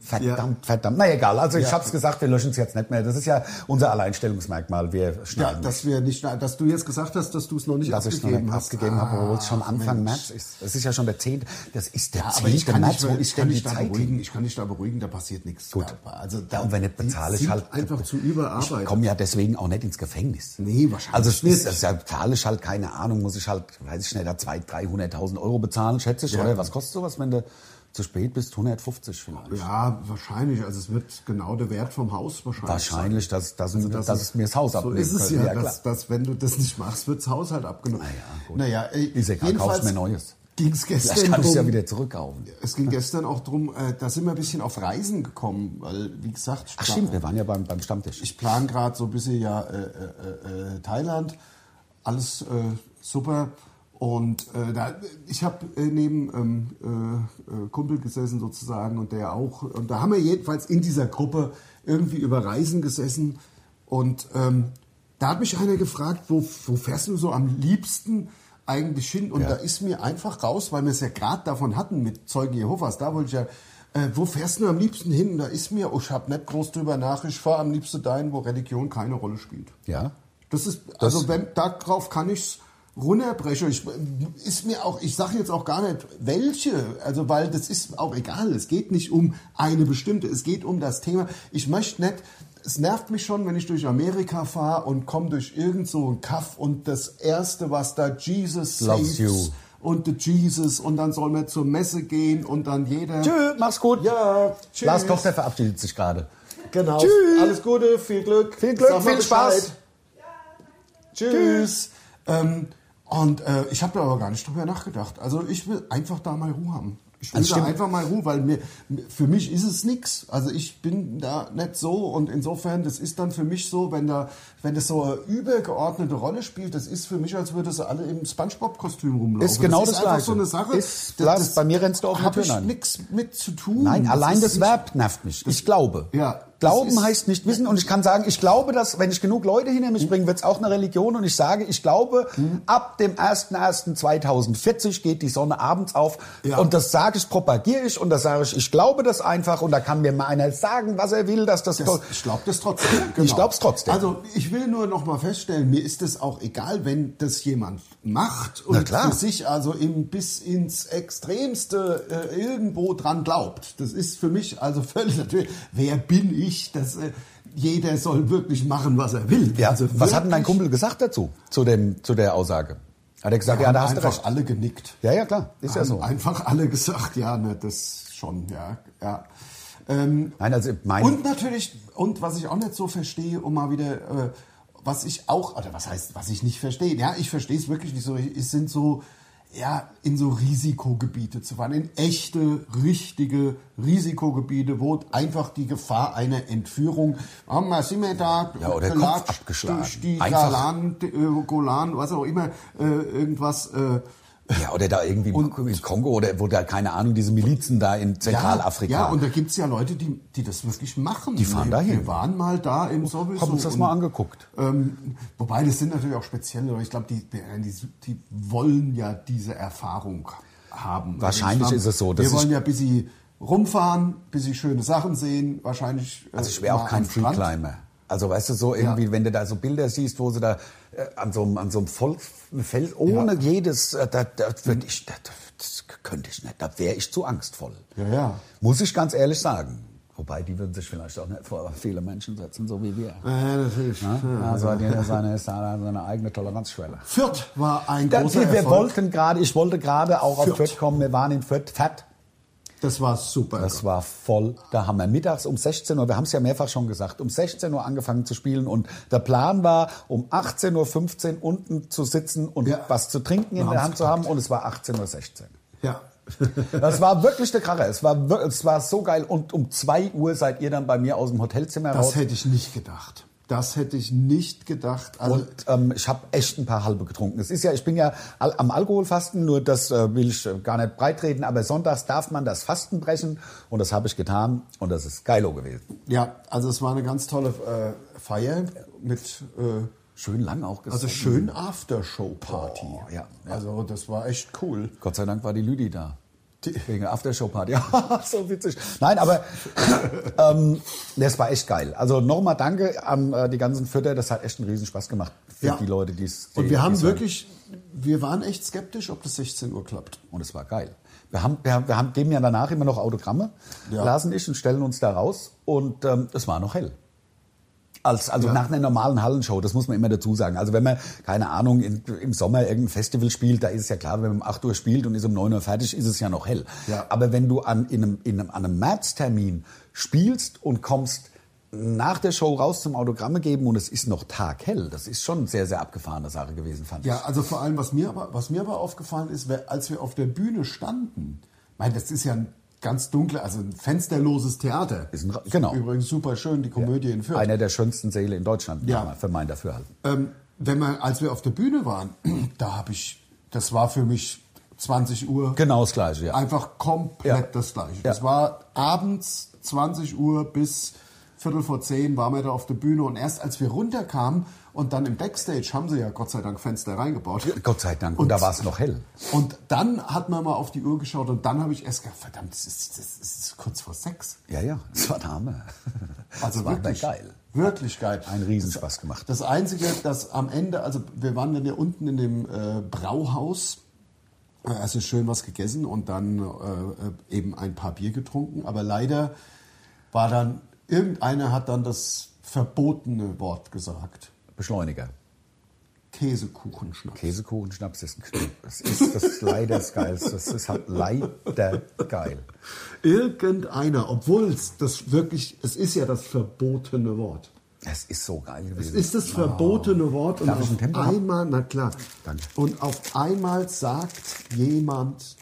B: Verdammt, verdammt. Na egal, also ich
A: Ja.
B: habe es gesagt, wir löschen es jetzt nicht mehr. Das ist ja unser Alleinstellungsmerkmal. Wir
A: ja,
B: schneiden nicht.
A: dass wir nicht, dass du jetzt gesagt hast, dass du es noch nicht
B: dass ich noch
A: abgegeben
B: nicht
A: hast. Ah,
B: abgegeben habe, obwohl es schon Anfang März
A: Mensch.
B: ist. Das ist ja schon der 10. Das ist der
A: Ja, aber
B: 10.
A: ich kann,
B: März,
A: nicht,
B: wo ist denn
A: kann dich
B: die
A: da
B: Zeit hin?
A: beruhigen, ich kann dich da beruhigen, da passiert nichts.
B: Gut.
A: Da, also da,
B: Ja, und wenn nicht,
A: die
B: bezahle ich
A: sind
B: halt.
A: einfach zu
B: Ich
A: überarbeitet.
B: komme ja deswegen auch nicht ins Gefängnis.
A: Nee, wahrscheinlich
B: Also es
A: nicht.
B: ist, das ja, zahle ich halt, keine Ahnung, muss ich halt, weiß ich nicht, da 200.000, 300.000 Euro bezahlen, schätze ich.
A: Ja.
B: Oder was kostet sowas, wenn du zu spät bist? 150 vielleicht.
A: Ja, wahrscheinlich. Also es wird genau der Wert vom Haus wahrscheinlich.
B: Wahrscheinlich, dass, dass,
A: Also
B: dass, es mir das Haus
A: so
B: abnehmen
A: ist es
B: könnte.
A: ja,
B: klar. Ah
A: dass, dass wenn du das nicht machst, wird das Haus halt abgenommen.
B: ja, gut.
A: Naja, äh,
B: Ist egal, kaufst mir Neues.
A: Ging es
B: Vielleicht
A: gestern
B: kann ich es ja
A: drum,
B: wieder zurückkaufen.
A: es ging gestern auch drum, äh, da sind wir ein bisschen auf Reisen gekommen, weil, wie gesagt, ich
B: Ach
A: plan-
B: stimmt, wir waren ja beim, beim Stammtisch.
A: ich plane gerade so ein bisschen ja äh, äh, äh, Thailand, alles äh, super. Und äh, da, ich habe äh, neben ähm, äh, äh, Kumpel gesessen sozusagen und der auch. Und da haben wir jedenfalls in dieser Gruppe irgendwie über Reisen gesessen. Und ähm, da hat mich einer gefragt, wo, wo fährst du so am liebsten eigentlich hin? Und
B: Ja.
A: da ist mir einfach raus, weil wir es ja gerade davon hatten mit Zeugen Jehovas, da wollte ich ja, äh, wo fährst du am liebsten hin? Und Da ist mir, oh, ich habe nicht groß drüber nach, ich fahre am liebsten dahin, wo Religion keine Rolle spielt.
B: Ja?
A: Das ist, also wenn, darauf kann ich's runterbrechen. Ich, ist mir auch, ich sage jetzt auch gar nicht, welche, also weil das ist auch egal. Es geht nicht um eine bestimmte, es geht um das Thema. Ich möchte nicht, es nervt mich schon, wenn ich durch Amerika fahre und komme durch irgend so einen Kaff und das Erste, was da Jesus
B: Loves
A: saves
B: you.
A: und the Jesus und dann soll man zur Messe gehen und dann jeder...
B: Tschö, mach's gut.
A: Ja, tschüss.
B: Lars Tochter verabschiedet sich gerade.
A: Genau.
B: Tschüss.
A: Alles Gute, viel Glück.
B: Viel Glück,
A: Sag mal
B: viel
A: Bescheid.
B: Spaß.
A: Tschüss. Ähm, und äh, ich habe da aber gar nicht drüber nachgedacht. Also ich will einfach da mal Ruhe haben. Ich will
B: Also
A: da
B: stimmt.
A: einfach mal Ruhe, weil mir für mich ist es nix. Also ich bin da nicht so und insofern, das ist dann für mich so, wenn da, wenn das so eine übergeordnete Rolle spielt, das ist für mich, als würde sie alle im SpongeBob-Kostüm rumlaufen.
B: Ist genau
A: das ist
B: das
A: einfach
B: Gleiche.
A: so eine Sache.
B: Ist- Lars, bei mir rennst du offene
A: Hab ich
B: Türen ein.
A: nichts mit zu tun.
B: Nein, allein
A: ist
B: das
A: nicht-
B: Verb nervt mich. Ich glaube.
A: Ja,
B: Glauben heißt nicht wissen. Und ich kann sagen, ich glaube, dass, wenn ich genug Leute hinter
A: Mhm.
B: mich bringe, wird es auch eine Religion. Und ich sage, ich glaube, ab dem 01.01.2040 geht die Sonne abends auf.
A: Ja.
B: Und das sage ich, propagiere ich. Und das sage ich, ich glaube das einfach. Und da kann mir mal einer sagen, was er will, dass das,
A: Das,
B: doch-
A: ich glaube das trotzdem.
B: Ich glaub's trotzdem.
A: Also ich will nur noch mal feststellen, mir ist es auch egal, wenn das jemand macht und
B: Na klar.
A: für sich also im, bis ins Extremste äh, irgendwo dran glaubt. Das ist für mich also *laughs* völlig natürlich. Wer bin ich? Dass, äh, jeder soll wirklich machen, was er will.
B: Ja,
A: also
B: was hat denn
A: wirklich-
B: dein Kumpel gesagt dazu, zu, dem, zu der Aussage? Hat er gesagt, ja,
A: Haben
B: da hast du
A: einfach
B: recht.
A: alle genickt.
B: Ja, ja, klar, ist ja
A: Haben
B: so.
A: Einfach alle gesagt, ja, ne, das schon, ja, ja. Ähm,
B: Nein, also mein,
A: und natürlich, und was ich auch nicht so verstehe, um mal wieder, äh, was ich auch, oder was heißt, was ich nicht verstehe, ja, ich verstehe es wirklich nicht so, es sind so, ja, in so Risikogebiete zu fahren, in echte, richtige Risikogebiete, wo einfach die Gefahr einer Entführung, ah, mal sind wir da,
B: Ja, oder Kopf
A: gelatscht
B: abgeschlagen.
A: durch die
B: Einfach.
A: Galan, äh, Golan, was auch immer, äh, irgendwas, äh,
B: ja, oder da irgendwie im, im Kongo oder wo da, keine Ahnung, diese Milizen da in Zentralafrika.
A: Ja, ja und da gibt's ja Leute, die, die das wirklich machen.
B: Die fahren
A: wir,
B: dahin.
A: Wir waren mal da im Sowieso.
B: Haben uns das
A: und,
B: mal angeguckt.
A: Ähm, wobei, das sind natürlich auch spezielle Leute. Ich glaube, die, die, die wollen ja diese Erfahrung haben.
B: Wahrscheinlich
A: Also ich
B: ist es so, dass
A: Wir
B: ich-
A: wollen ja ein bisschen rumfahren, ein bisschen schöne Sachen sehen. Wahrscheinlich. äh,
B: Also ich wäre auch kein Freeclimber. Also weißt du, so irgendwie, wenn du da so Bilder siehst, wo sie da äh, an so einem, an so einem Volk, Feld ohne jedes, äh, da, da würd ich, da, da- das könnte ich nicht, da wäre ich zu angstvoll.
A: Ja, ja.
B: Muss ich ganz ehrlich sagen. Wobei, die würden sich vielleicht auch nicht vor viele Menschen setzen, so wie wir.
A: Ja, natürlich.
B: Ja, Also hat jeder seine, seine, seine eigene Toleranzschwelle.
A: Fürth war ein
B: Ja,
A: großer
B: wir wir
A: Erfolg.
B: wollten gerade, ich wollte gerade auch auf
A: Fürth.
B: Fürth kommen, wir waren in Fürth, fett.
A: Das war super.
B: Das war voll der Hammer. Mittags um 16 Uhr, wir haben es ja mehrfach schon gesagt, um 16 Uhr angefangen zu spielen und der Plan war, um 18.15 Uhr unten zu sitzen und
A: Ja.
B: was zu trinken in
A: Wir
B: der
A: haben's
B: Hand zu haben und es war 18.16 Uhr.
A: ja.
B: Das war wirklich der Kracher. Es war, wir- es war so geil. Und um 2 Uhr seid ihr dann bei mir aus dem Hotelzimmer raus.
A: Das hätte ich nicht gedacht. Das hätte ich nicht gedacht. Also,
B: Und ähm, ich habe echt ein paar halbe getrunken. Es ist ja, ich bin ja al am Alkoholfasten, nur das äh, will ich äh, gar nicht breitreden, aber sonntags darf man das Fasten brechen und das habe ich getan und das ist geilo gewesen.
A: Ja, also es war eine ganz tolle äh, Feier mit äh,
B: Schön lang auch gesessen.
A: also schön Aftershow-Party.
B: Oh, ja, ja.
A: Also das war echt cool.
B: Gott sei Dank war die Lüdi da. Wegen der Aftershow-Party. *laughs* Ja, so witzig. Nein,
A: *laughs*
B: aber ähm, das war echt geil. Also nochmal danke an äh, die ganzen Fütter. Das hat echt einen Riesenspaß gemacht für
A: Ja.
B: die Leute, die es
A: Und
B: die-
A: wir haben
B: die's hören.
A: wirklich, wir waren echt skeptisch, ob das 16 Uhr klappt.
B: Und es war geil. Wir, haben, wir, haben- wir haben, geben ja danach immer noch Autogramme,
A: Ja.
B: lasen ich und stellen uns da raus. Und ähm, es war noch hell. Als, also nach einer normalen Hallenshow, das muss man immer dazu sagen. Also wenn man, keine Ahnung, in, im Sommer irgendein Festival spielt, da ist es ja klar, wenn man um 8 Uhr spielt und ist um 9 Uhr fertig, ist es ja noch hell.
A: Ja.
B: Aber wenn du an, in einem, in einem, an einem Märztermin spielst und kommst nach der Show raus zum Autogramme geben und es ist noch taghell, das ist schon eine sehr, sehr abgefahrene Sache gewesen, fand ich.
A: Ja, also vor allem, was mir aber, was mir aber aufgefallen ist, wer- als wir auf der Bühne standen, ich meine, das ist ja ein ganz dunkle, also ein fensterloses Theater.
B: Ist ein Ra- genau.
A: Übrigens super schön, die Komödie in Fürth.
B: Einer der schönsten Seele in Deutschland,
A: Ja.
B: ja. für mein Dafürhalten.
A: ähm, wenn man, als wir auf der Bühne waren, *clears throat* da habe ich, das war für mich 20 Uhr.
B: Genau das Gleiche, ja.
A: Einfach komplett
B: Ja.
A: das Gleiche.
B: Ja.
A: Das war abends 20 Uhr bis Viertel vor zehn waren wir da auf der Bühne und erst als wir runterkamen und dann im Backstage haben sie ja Gott sei Dank Fenster reingebaut.
B: Gott sei Dank. Und, da war es noch hell.
A: Und dann hat man mal auf die Uhr geschaut und dann habe ich erst gedacht, verdammt, das ist, das ist kurz vor sechs.
B: Ja, ja, es war der Hammer.
A: Also
B: es war
A: wirklich
B: geil.
A: Wirklich geil.
B: Einen Riesenspaß gemacht.
A: Das Einzige, das am Ende, also wir waren dann ja unten in dem äh, Brauhaus, äh, also schön was gegessen und dann äh, äh, eben ein paar Bier getrunken, aber leider war dann, irgendeiner hat dann das verbotene Wort gesagt.
B: Beschleuniger.
A: Käsekuchenschnaps.
B: Käsekuchen, Schnaps ist ein Knopf. Es ist das leider das Geilste. Es ist halt leider geil.
A: Irgendeiner, obwohl es das wirklich, es ist ja das verbotene Wort.
B: Es ist so geil
A: Es
B: gewesen.
A: ist das verbotene Wort und
B: Darf ich einen
A: auf
B: Tempo haben?
A: einmal, na klar,
B: Danke.
A: und auf einmal sagt jemand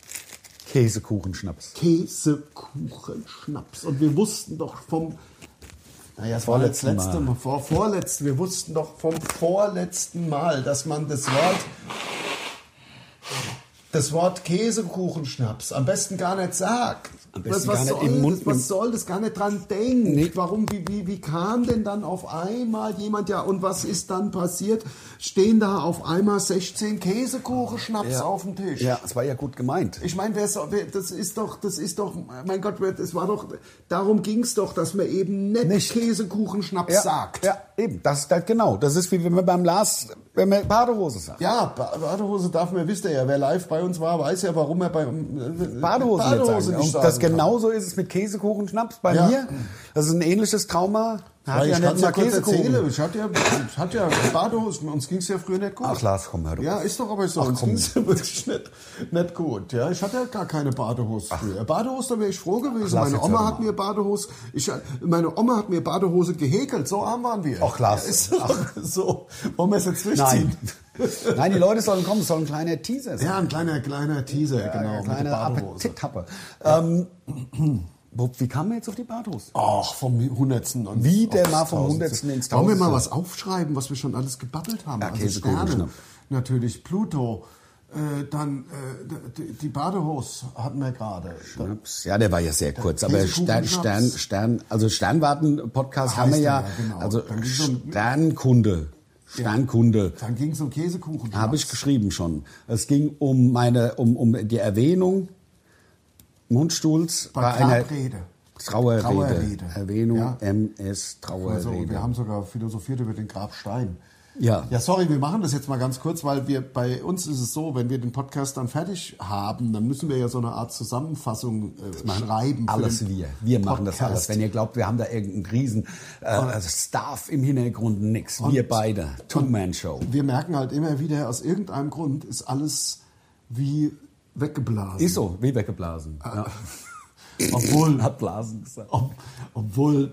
B: Käsekuchen, Schnaps.
A: Käsekuchenschnaps. Und wir wussten doch vom, naja, es war das
B: Vorletzten
A: letzte Mal, vor, vorletzten, wir wussten doch vom vorletzten Mal, dass man das Wort, das Wort Käsekuchenschnaps am besten gar nicht sagt.
B: am
A: Was,
B: besten
A: was,
B: gar
A: soll
B: nicht im Mund.
A: das, was soll das gar nicht dran denken?
B: Nee.
A: Warum, wie, wie, wie kam denn dann auf einmal jemand, ja, und was ist dann passiert? Stehen da auf einmal 16 Käsekuchen-Schnaps
B: Ja.
A: auf dem Tisch.
B: ja, es war ja gut gemeint.
A: Ich meine, wer so- wer- das ist doch, das ist doch, mein Gott, wer- es war doch, darum ging's doch, dass man eben nicht,
B: Nicht.
A: Käsekuchen-Schnaps
B: ja,
A: sagt.
B: Ja, eben. Das, das genau. Das ist wie wenn man beim Lars, wenn man Badehose sagt.
A: Ja, Ba- Badehose darf man, wisst ihr ja, wer live bei uns war, weiß ja, warum er bei äh,
B: Badehose,
A: Badehose
B: nicht sagen.
A: nicht
B: Und
A: sagen
B: das
A: kann.
B: genauso ist es mit Käsekuchen Schnaps bei
A: Ja.
B: mir. Das ist ein ähnliches Trauma. Hat
A: Weil ich
B: nicht
A: kann
B: mal
A: ja kurz erzählen, ich hatte ja, ich hatte ja Badehose, uns ging's ja früher nicht gut.
B: Ach, Lars, komm, hör doch
A: Ja,
B: auf.
A: ist doch aber so. Uns
B: komm.
A: ging's ja *laughs* wirklich nicht, nicht gut. Ja, ich hatte ja gar keine Badehose früher. Badehose, da wäre ich froh gewesen.
B: lass
A: meine
B: jetzt
A: Oma
B: hör
A: hat
B: mal.
A: mir Badehose, ich, meine Oma hat mir Badehose gehäkelt. So arm waren wir.
B: Ach, Lars.
A: Ja, ist doch *laughs* so. Wollen wir es jetzt durchziehen?
B: Nein. *laughs* Nein, die Leute sollen kommen. Es soll ein kleiner Teaser sein.
A: Ja, ein kleiner, kleiner Teaser, genau.
B: eine
A: mit der
B: kleine
A: Badehose.
B: Appetithappe. Ähm, wo- wie kam man jetzt auf die Badehose?
A: Ach, vom Hundertsten. Und
B: Wieder
A: aufs
B: mal vom
A: Tausendste.
B: Hundertsten ins
A: Wollen wir mal
B: Tausendste.
A: was aufschreiben, was wir schon alles gebabbelt haben?
B: Ja,
A: also
B: Käsekuchen,
A: Sterne,
B: schnapp.
A: natürlich Pluto, äh, dann äh, die, die Badehose hatten wir gerade.
B: Schnaps. Ja, der war ja sehr kurz, aber
A: Käsekuchen,
B: Stern, Stern,
A: Schnaps.
B: Stern, also Sternwarten-Podcast
A: Heißt
B: haben wir
A: der,
B: ja,
A: ja, genau.
B: also
A: Dann ging's um-
B: Sternkunde, Sternkunde.
A: Dann ging es um Käsekuchen.
B: Habe ich geschrieben schon. Es ging um meine, um, um die Erwähnung Mundstuhls
A: bei
B: bei einer
A: Grabrede.
B: Trauerrede.
A: Trauerrede.
B: Erwähnung
A: Ja.
B: MS
A: Also,
B: Trauerrede.
A: wir haben sogar philosophiert über den Grabstein.
B: Ja.
A: Ja, sorry, wir machen das jetzt mal ganz kurz, weil wir bei uns ist es so, wenn wir den Podcast dann fertig haben, dann müssen wir ja so eine Art Zusammenfassung äh, schreiben. für
B: alles
A: den
B: wir. Wir machen das alles.
A: Podcast.
B: Wenn ihr glaubt, wir haben da irgendeinen riesen äh, Staff im Hintergrund, nix. Wir beide. Two-Man-Show.
A: Wir merken halt immer wieder, aus irgendeinem Grund ist alles wie weggeblasen.
B: Ist so, wie weggeblasen.
A: Äh,
B: Ja.
A: Obwohl,
B: Hat Blasen gesagt.
A: ob, obwohl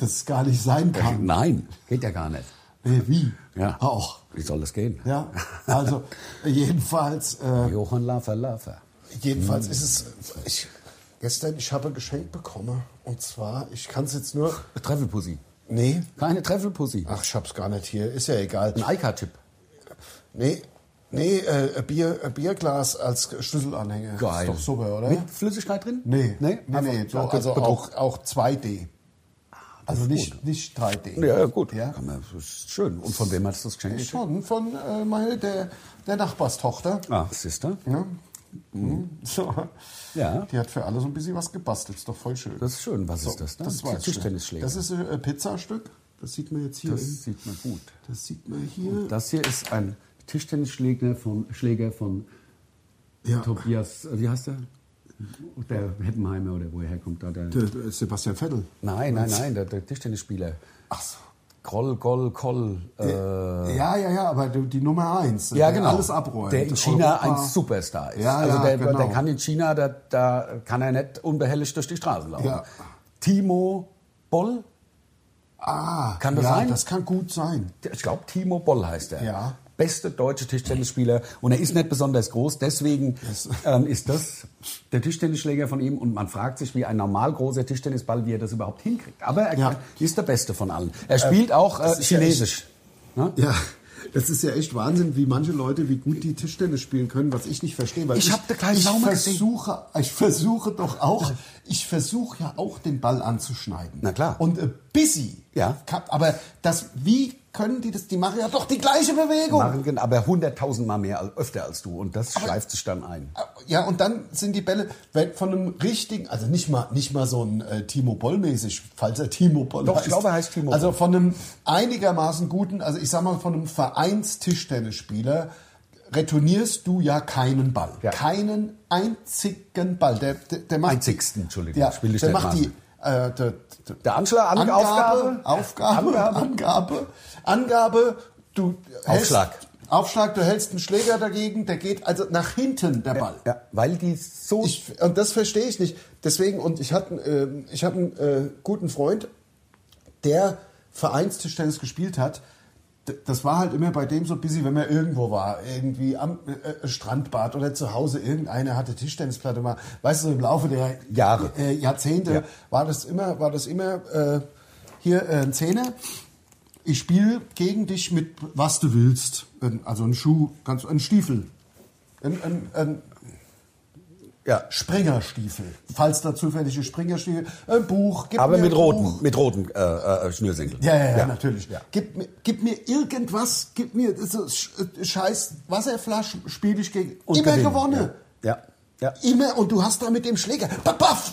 A: das gar nicht sein
B: *laughs*
A: kann.
B: Nein, geht ja gar nicht.
A: Nee, wie?
B: Ja.
A: Auch.
B: Wie soll das gehen?
A: Ja, also jedenfalls, äh,
B: Johann Laffer Laffer.
A: jedenfalls
B: Hm.
A: ist es. Ich, gestern, ich habe ein Geschenk bekommen. Und zwar, ich kann es jetzt nur.
B: Treffelpussy.
A: Nee.
B: Keine Treffelpussy.
A: Ach, ich hab's gar nicht hier. Ist ja egal.
B: Ein Eika-Chip.
A: Nee, nee, äh, ein Bier, ein Bierglas als Schlüsselanhänger.
B: Geil.
A: Ist doch super, oder?
B: Mit Flüssigkeit drin?
A: Nee,
B: Nee,
A: nee,
B: Einfach
A: nee, so,
B: ganz
A: also
B: bedruckt.
A: auch, auch 2D.
B: Ah,
A: Also nicht, nicht 3D.
B: Ja, gut.
A: Ja.
B: Kann man, das ist schön. Und von wem hast du das geschenkt? gekriegt?
A: Schon von äh, mal der, der Nachbarstochter.
B: Ah, Sister.
A: Ja. Mhm. *laughs* So.
B: Ja.
A: Die hat für alle so ein bisschen was gebastelt. Ist doch voll schön.
B: Das ist schön. Was
A: so,
B: ist das? da?
A: Das,
B: Ein
A: weiß ich nicht.
B: Tischtennisschläger.
A: das ist ein äh, Pizzastück. Das sieht man jetzt hier.
B: Das
A: in,
B: sieht man gut.
A: das sieht man hier.
B: Das hier ist ein Tischtennisschläger von, Schläger von
A: Ja.
B: Tobias, äh, wie heißt der? Der Heppenheimer oder wo er herkommt. Da der
A: Der- der Äh, Sebastian Vettel.
B: nein, nein, nein, der, der Tischtennisspieler.
A: Ach so.
B: Kroll, Goll, Koll. Äh,
A: ja, ja, ja, aber die, die Nummer eins.
B: ja,
A: der
B: genau.
A: Alles abräumt.
B: Der in China
A: Europa.
B: ein Superstar ist.
A: Ja,
B: also
A: ja,
B: der,
A: genau.
B: der kann in China, da, da kann er nicht unbehelligt durch die Straßen laufen.
A: Ja.
B: Timo Boll?
A: Ah,
B: Kann das
A: ja,
B: sein?
A: Das kann gut sein.
B: Ich glaube, Timo Boll heißt er.
A: Ja.
B: Beste deutsche Tischtennisspieler. Und er ist nicht besonders groß. Deswegen
A: *laughs*
B: ähm, ist das der Tischtennisschläger von ihm. Und man fragt sich, wie ein normal großer Tischtennisball, wie er das überhaupt hinkriegt. Aber er
A: Ja. Ähm,
B: ist der Beste von allen. Er spielt auch äh,
A: das ist ja echt-
B: Chinesisch. Ne?
A: Ja, das ist ja echt Wahnsinn, wie manche Leute, wie gut die Tischtennis spielen können, was ich nicht verstehe. Weil
B: Ich hab da gleich
A: ich
B: Sauma
A: versuche, ich versuche doch auch, ich versuche ja auch den Ball anzuschneiden.
B: Na klar.
A: Und äh, busy.
B: Ja.
A: Kap- Aber das, wie können die das? Die machen ja doch die gleiche Bewegung.
B: Machen, aber hunderttausendmal mehr, als- öfter als du. Und das schleift sich dann ein.
A: Ja, und dann sind die Bälle wenn von einem richtigen, also nicht mal, nicht mal so ein äh, Timo Boll mäßig, falls er Timo Boll
B: Doch, ich
A: heißt.
B: glaube, er heißt Timo
A: Also von einem einigermaßen guten, also ich sag mal von einem Vereinstischtennisspieler retournierst du ja keinen Ball.
B: Ja.
A: Keinen einzigen Ball. Der, der, der macht
B: Einzigsten, Entschuldigung.
A: Ja,
B: Spiel dich
A: der
B: nicht
A: macht
B: mal
A: die,
B: an.
A: äh, der, der,
B: Der Anschlag, An
A: Angabe,
B: Aufgabe,
A: Aufgabe, Angabe,
B: Angabe.
A: Angabe, Angabe du hältst-
B: Aufschlag.
A: Aufschlag, du hältst einen Schläger dagegen, der geht also nach hinten, der Ball.
B: Ja, weil die so.
A: Ich, und das verstehe ich nicht. Deswegen, und ich hatte ähm, ich hab einen äh, guten Freund, der Vereinstischtennis gespielt hat. D- Das war halt immer bei dem so busy, wenn man irgendwo war. Irgendwie am äh, Strandbad oder zu Hause. Irgendeiner hatte Tischtennisplatte mal. Weißt du, so im Laufe der
B: Jahre.
A: Äh, Jahrzehnte
B: Ja.
A: war das immer, war das immer äh, hier äh, ein Zehner. Ich spiele gegen dich mit was du willst. Ähm, Also ein Schuh, ganz, ein Stiefel. Ein, ein, ein,
B: Ja.
A: Springerstiefel. Falls da zufällige Springerstiefel, ein Buch, gib
B: Aber
A: mir
B: mit
A: ein Buch.
B: roten, mit roten äh, äh, Schnürsenkeln.
A: Ja, ja, ja, natürlich.
B: Ja.
A: Gib, mir, gib mir irgendwas, gib mir so sch- äh, scheiß Wasserflaschen, spiele ich gegen.
B: Und
A: immer
B: gewinnen,
A: gewonnen.
B: Ja, ja. ja.
A: Immer und du hast da mit dem Schläger. Baff, baff.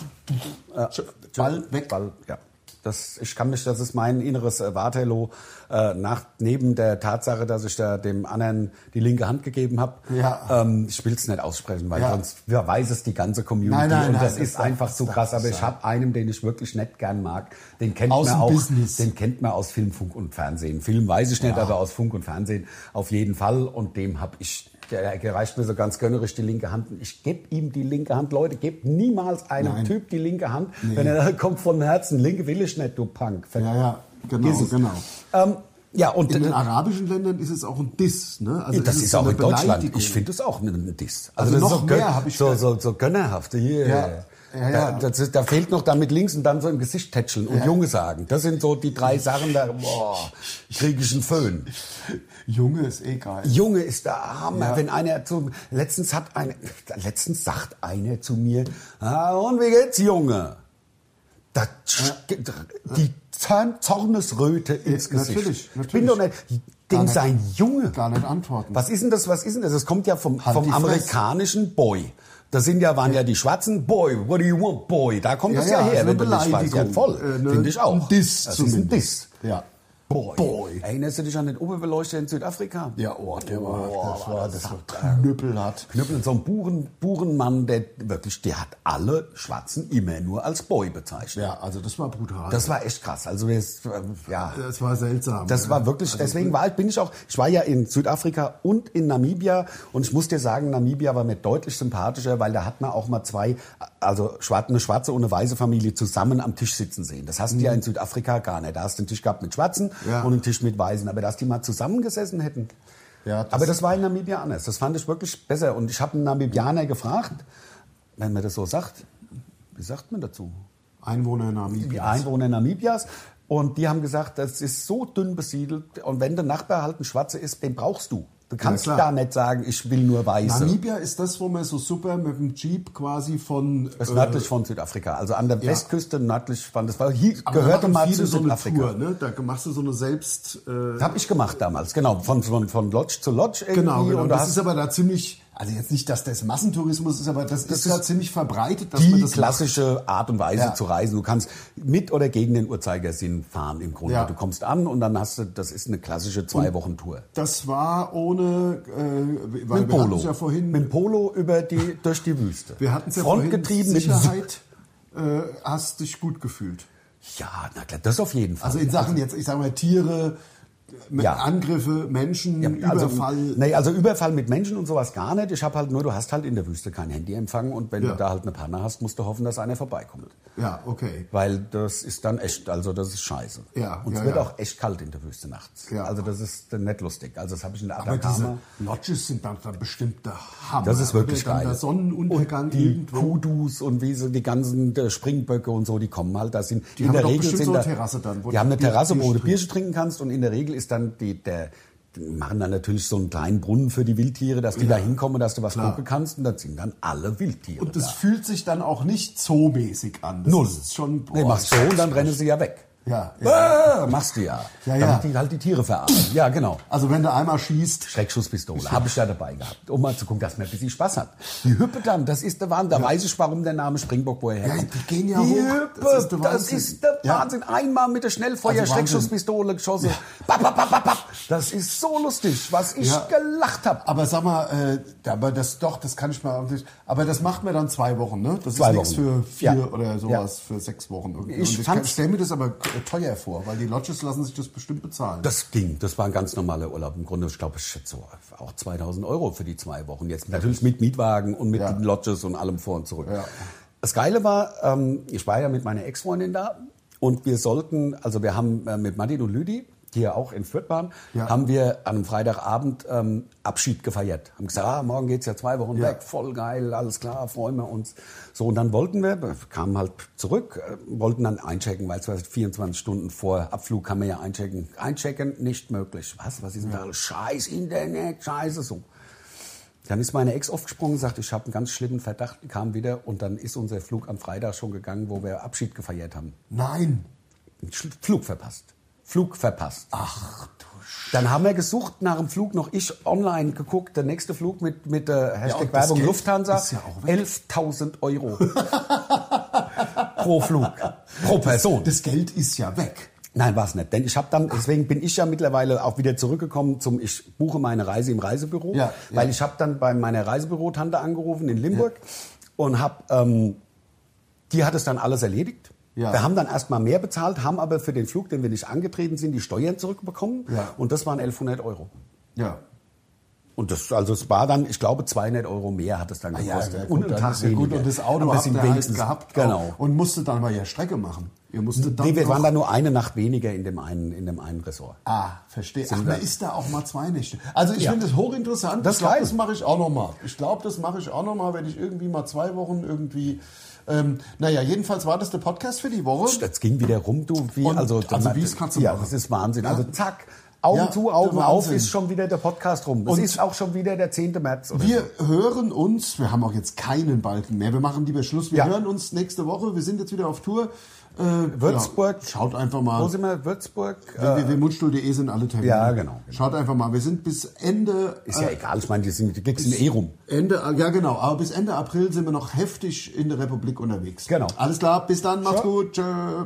A: Ball weg.
B: Ball, ja. Das, ich kann mich, das ist mein inneres äh, Waterloo, äh, nach, neben der Tatsache, dass ich da dem anderen die linke Hand gegeben habe.
A: Ja.
B: Ähm, ich will es nicht aussprechen, weil
A: Ja.
B: sonst wer weiß es die ganze Community.
A: Nein, nein,
B: und
A: nein,
B: das,
A: das
B: ist
A: darf-
B: einfach
A: das
B: zu
A: darf
B: krass. Aber
A: nicht
B: ich
A: sein.
B: habe einen, den ich wirklich nicht gern mag. Den kennt
A: Aus
B: man
A: dem
B: auch.
A: Business.
B: Den kennt man aus Film, Funk und Fernsehen. Film weiß ich nicht, aber aus Funk und Fernsehen auf jeden Fall. Und dem habe ich, der gereicht mir so ganz gönnerisch die linke Hand. Und Ich gebe ihm die linke Hand. Leute, gebt niemals einem
A: Nein.
B: Typ die linke Hand, wenn er da kommt von Herzen. Linke will ich nicht, du Punk. Ver
A: Ja, ja, genau,
B: Vergiss es.
A: genau.
B: Ähm, ja, und
A: In den
B: äh,
A: arabischen Ländern ist es auch ein Diss, ne? Also
B: das
A: es
B: ist, auch
A: eine
B: in Deutschland.
A: Beleidigung.
B: Ich finde es auch ein Diss.
A: Also
B: das ist
A: noch
B: so
A: mehr
B: gön-
A: hab ich
B: so,
A: gehört.
B: so, so gönnerhaft. Yeah.
A: Ja. Ja, ja.
B: Da, das ist, da fehlt noch damit links und dann so im Gesicht tätscheln und Junge sagen. Das sind so die drei Sachen, da boah, krieg ich einen Föhn.
A: Junge ist eh geil.
B: Junge ist der Hammer, wenn einer zu, letztens hat eine, letztens sagt einer zu mir, ah, und wie geht's, Junge? Da, die Zorn- Zornesröte ins
A: Ja,
B: Gesicht.
A: natürlich,
B: Ich bin
A: natürlich.
B: doch nicht,
A: Gar
B: dem
A: nicht-
B: sein Junge.
A: Gar nicht antworten.
B: Was ist denn das? Was ist denn das? Das kommt ja vom,
A: Halt
B: vom
A: die Fresse.
B: amerikanischen Boy. Das sind ja, waren ja die Schwarzen, Boy, what do you want, Boy? Da kommt
A: Ja,
B: das ja,
A: ja,
B: her,
A: also
B: wenn
A: eine
B: du nicht weißt. Ja,
A: Beleidigung.
B: voll,
A: Äh, eine-
B: finde ich auch.
A: ein Diss
B: das
A: zumindest.
B: ist ein Diss.
A: Ja.
B: Boy.
A: Boy.
B: Erinnerst du dich an den Oberbeleuchter in Südafrika?
A: Ja, oh, der war,
B: Oh,
A: das
B: war
A: war,
B: das
A: das war knüppelhart.
B: Knüppel, so ein Buren, Burenmann, der wirklich, der hat alle Schwarzen immer nur als Boy bezeichnet.
A: Ja, also das war brutal.
B: Das war echt krass. Also, das, äh, ja.
A: Das war seltsam.
B: Das war wirklich, deswegen war, ich- bin ich auch, ich war ja in Südafrika und in Namibia und ich muss dir sagen, Namibia war mir deutlich sympathischer, weil da hat man auch mal zwei, also schwar- eine schwarze und eine weiße Familie zusammen am Tisch sitzen sehen. Das hast du ja in Südafrika gar nicht. Da hast du einen Tisch gehabt mit Schwarzen
A: Ja.
B: und einen Tisch mit Weißen, aber dass die mal zusammengesessen hätten.
A: Ja, das-
B: aber das war in Namibia anders. Das fand ich wirklich besser und ich habe einen Namibianer gefragt, wenn man das so sagt, wie sagt man dazu?
A: Einwohner
B: die
A: in Namibia.
B: Einwohner Namibias. Und die haben gesagt, das ist so dünn besiedelt. Und wenn der Nachbar halt ein Schwarzer ist, den brauchst du. Du kannst
A: klar.
B: da nicht sagen, ich will nur Weiße.
A: Namibia ist das, wo man so super mit dem Jeep quasi von. äh,
B: das ist nördlich von Südafrika. Also an der
A: ja.
B: Westküste nördlich von. Das war, hier
A: aber da
B: gehörte
A: machen
B: mal
A: viele
B: zu
A: so eine
B: Südafrika.
A: Tour, ne? Da machst du so eine selbst. Äh,
B: Das habe ich gemacht damals, genau. Von, von, von Lodge zu Lodge irgendwie.
A: genau, genau.
B: Und da
A: Das
B: hast
A: ist aber da ziemlich. Also jetzt nicht, dass das Massentourismus ist, aber das, ist da
B: ist
A: ziemlich verbreitet, dass man
B: die
A: das
B: klassische Art und Weise
A: Ja.
B: zu reisen. Du kannst mit oder gegen den Uhrzeigersinn fahren im Grunde.
A: Ja.
B: Du kommst an und dann hast du, das ist eine klassische Zwei-Wochen-Tour.
A: Das war ohne, äh, weil
B: Mit
A: wir
B: Polo.
A: hatten es ja vorhin,
B: mit dem Polo über die, durch die Wüste.
A: wir hatten es ja
B: Frontgetrieben
A: vorhin,
B: mit
A: Sicherheit, äh, hast dich gut gefühlt.
B: Ja, na klar, das auf jeden Fall.
A: Also in Sachen jetzt, ich sag mal Tiere, mit
B: Ja.
A: Angriffe, Menschen,
B: also,
A: Überfall.
B: Nee, also Überfall mit Menschen und sowas gar nicht. Ich habe halt nur, du hast halt in der Wüste kein Handyempfang und wenn
A: Ja.
B: du da halt eine Panne hast, musst du hoffen, dass einer vorbeikommt.
A: Ja, okay.
B: Weil das ist dann echt, also das ist scheiße.
A: Ja,
B: und es
A: ja,
B: wird
A: ja.
B: auch echt kalt in der Wüste nachts.
A: Ja.
B: Also das ist dann nicht lustig. Also das habe ich in der
A: Aber diese
B: Atacama.
A: Lodges sind dann, dann bestimmt der Hammer.
B: Das ist wirklich
A: Oder dann
B: geil.
A: Der Sonnenuntergang
B: und die
A: irgendwo.
B: Kudus und wie so die ganzen äh, Springböcke und so, die kommen halt. Da sind
A: Die
B: in
A: haben
B: der
A: doch
B: Regel
A: bestimmt
B: sind
A: so eine
B: da-
A: Terrasse dann, wo
B: Die haben
A: du
B: eine Terrasse, wo du
A: Bierchen
B: Bierchen trinken kannst und in der Regel ist dann die, der die machen dann natürlich so einen kleinen Brunnen für die Wildtiere, dass die da hinkommen, dass du was
A: klar.
B: gucken kannst und dann sind dann alle Wildtiere
A: Und das
B: da.
A: fühlt sich dann auch nicht zoomäßig an. Das
B: Null.
A: Ist schon, boah,
B: nee, machst so und dann rennen sie ja weg.
A: Ja,
B: Ah, machst du ja.
A: Ja, ja.
B: Damit die halt die Tiere verarmen. Ja, genau.
A: Also wenn du einmal schießt,
B: Schreckschusspistole habe ich da dabei gehabt, um mal zu gucken, dass man ein bisschen Spaß hat. Die Hüppe dann, das ist der Wahnsinn. Da weiß ich, warum der Name Springbock woher herkommt.
A: die gehen ja
B: die
A: hoch.
B: Hüppe,
A: Das ist der
B: das
A: Wahnsinn.
B: ist der
A: Ja.
B: Wahnsinn. Einmal mit der Schnellfeuer
A: Also Wahnsinn.
B: Schreckschusspistole geschossen. Bap, bap, bap, bap, bap. Das ist so lustig, was ich
A: Ja.
B: gelacht habe.
A: Aber sag mal, äh, aber das doch, das kann ich mal. Aber das macht mir dann zwei Wochen, ne? Das
B: Zwei
A: ist nichts
B: Wochen.
A: für vier
B: Ja.
A: oder sowas, für sechs Wochen. Irgendwie.
B: Ich
A: Und
B: fand's-
A: ich stelle mir das aber äh, teuer vor, weil die Lodges lassen sich das bestimmt bezahlen.
B: Das ging. Das war ein ganz normaler Urlaub. Im Grunde, ich glaube, ich schätze so auch 2000 Euro für die zwei Wochen. Jetzt natürlich mit Mietwagen und mit
A: Ja.
B: den Lodges und allem vor und zurück.
A: Ja.
B: Das Geile war, ähm, ich war ja mit meiner Ex-Freundin da und wir sollten, also wir haben äh, mit Martin und Lüdi, die ja auch in Fürth waren,
A: Ja.
B: haben wir an einem Freitagabend ähm, Abschied gefeiert. Haben gesagt, ah, morgen geht's ja zwei Wochen
A: Ja.
B: weg, voll geil, alles klar, freuen wir uns. So, und dann wollten wir, wir kamen halt zurück, äh, wollten dann einchecken, weil es war 24 Stunden vor Abflug kann man ja einchecken. Einchecken, nicht möglich. Was, was ist denn da? alles? Scheiß Internet, scheiße, so. Dann ist meine Ex aufgesprungen und sagt, ich habe einen ganz schlimmen Verdacht, kam wieder und dann ist unser Flug am Freitag schon gegangen, wo wir Abschied gefeiert haben.
A: Nein.
B: Einen Schl- Flug verpasst. Flug verpasst.
A: Ach du Sch
B: Dann haben wir gesucht nach dem Flug, noch ich online geguckt, der nächste Flug mit, mit äh, Hashtag
A: und das
B: Werbung
A: Geld
B: Lufthansa,
A: ist ja auch
B: 11.000 Euro
A: *laughs*
B: pro Flug, pro Oh, Person.
A: Das Geld ist ja weg.
B: Nein, war es nicht. Denn ich habe dann, deswegen bin ich ja mittlerweile auch wieder zurückgekommen zum, ich buche meine Reise im Reisebüro,
A: Ja, ja.
B: weil ich habe dann bei meiner Reisebürotante angerufen in Limburg und habe, ähm, die hat es dann alles erledigt.
A: Ja.
B: Wir haben dann erstmal mehr bezahlt, haben aber für den Flug, den wir nicht angetreten sind, die Steuern zurückbekommen
A: Ja.
B: und das waren 1100 Euro.
A: Ja.
B: Und das, also es war dann, ich glaube, 200 Euro mehr hat es dann
A: Ah ja,
B: gekostet.
A: ja,
B: und
A: gut,
B: einen
A: dann
B: Tag
A: ist ja gut.
B: weniger.
A: Und das Auto
B: Aber es
A: habt
B: sind
A: ihr halt
B: wenigstens-
A: gehabt.
B: Genau.
A: Auch. Und musste dann mal ja Strecke machen. Ihr musstet dann
B: Nee, wir
A: noch-
B: waren da nur eine Nacht weniger in dem einen, in dem einen Ressort.
A: Ah, verstehe. Ach,
B: Sind
A: man
B: wir-
A: ist da auch mal zwei Nächte. Also ich
B: Ja.
A: finde das hochinteressant.
B: Das
A: ich glaube,
B: geil.
A: das mache ich auch noch mal. Ich glaube, das mache ich auch noch mal, wenn ich irgendwie mal zwei Wochen irgendwie... Ähm, naja, jedenfalls war das der Podcast für die Woche.
B: Das ging wieder rum, du. Wie,
A: Und-
B: also,
A: also wie es Katze
B: Ja,
A: machen.
B: das ist Wahnsinn.
A: Ja.
B: Also zack, Augen
A: Ja,
B: zu, Augen
A: der
B: auf,
A: Wahnsinn.
B: ist schon wieder der Podcast rum. Das
A: Und-
B: ist auch schon wieder der 10. März. Oder?
A: Wir hören uns, wir haben auch jetzt keinen Balken mehr, wir machen lieber Schluss. Wir
B: Ja.
A: hören uns nächste Woche, wir sind jetzt wieder auf Tour. Äh,
B: Würzburg.
A: Ja, schaut einfach
B: so. Wo
A: mal.
B: sind wir? Würzburg? Äh,
A: www.mundstuhl.de sind alle Termine.
B: Ja, genau, genau.
A: Schaut einfach mal, wir sind bis Ende...
B: ist ja
A: äh,
B: egal, ich meine, die, sind, die Gigs sind eh rum.
A: Ende, ja genau, aber bis Ende April sind wir noch heftig in der Republik unterwegs.
B: Genau.
A: Alles klar, bis dann, macht's
B: Ciao.
A: gut, tschö.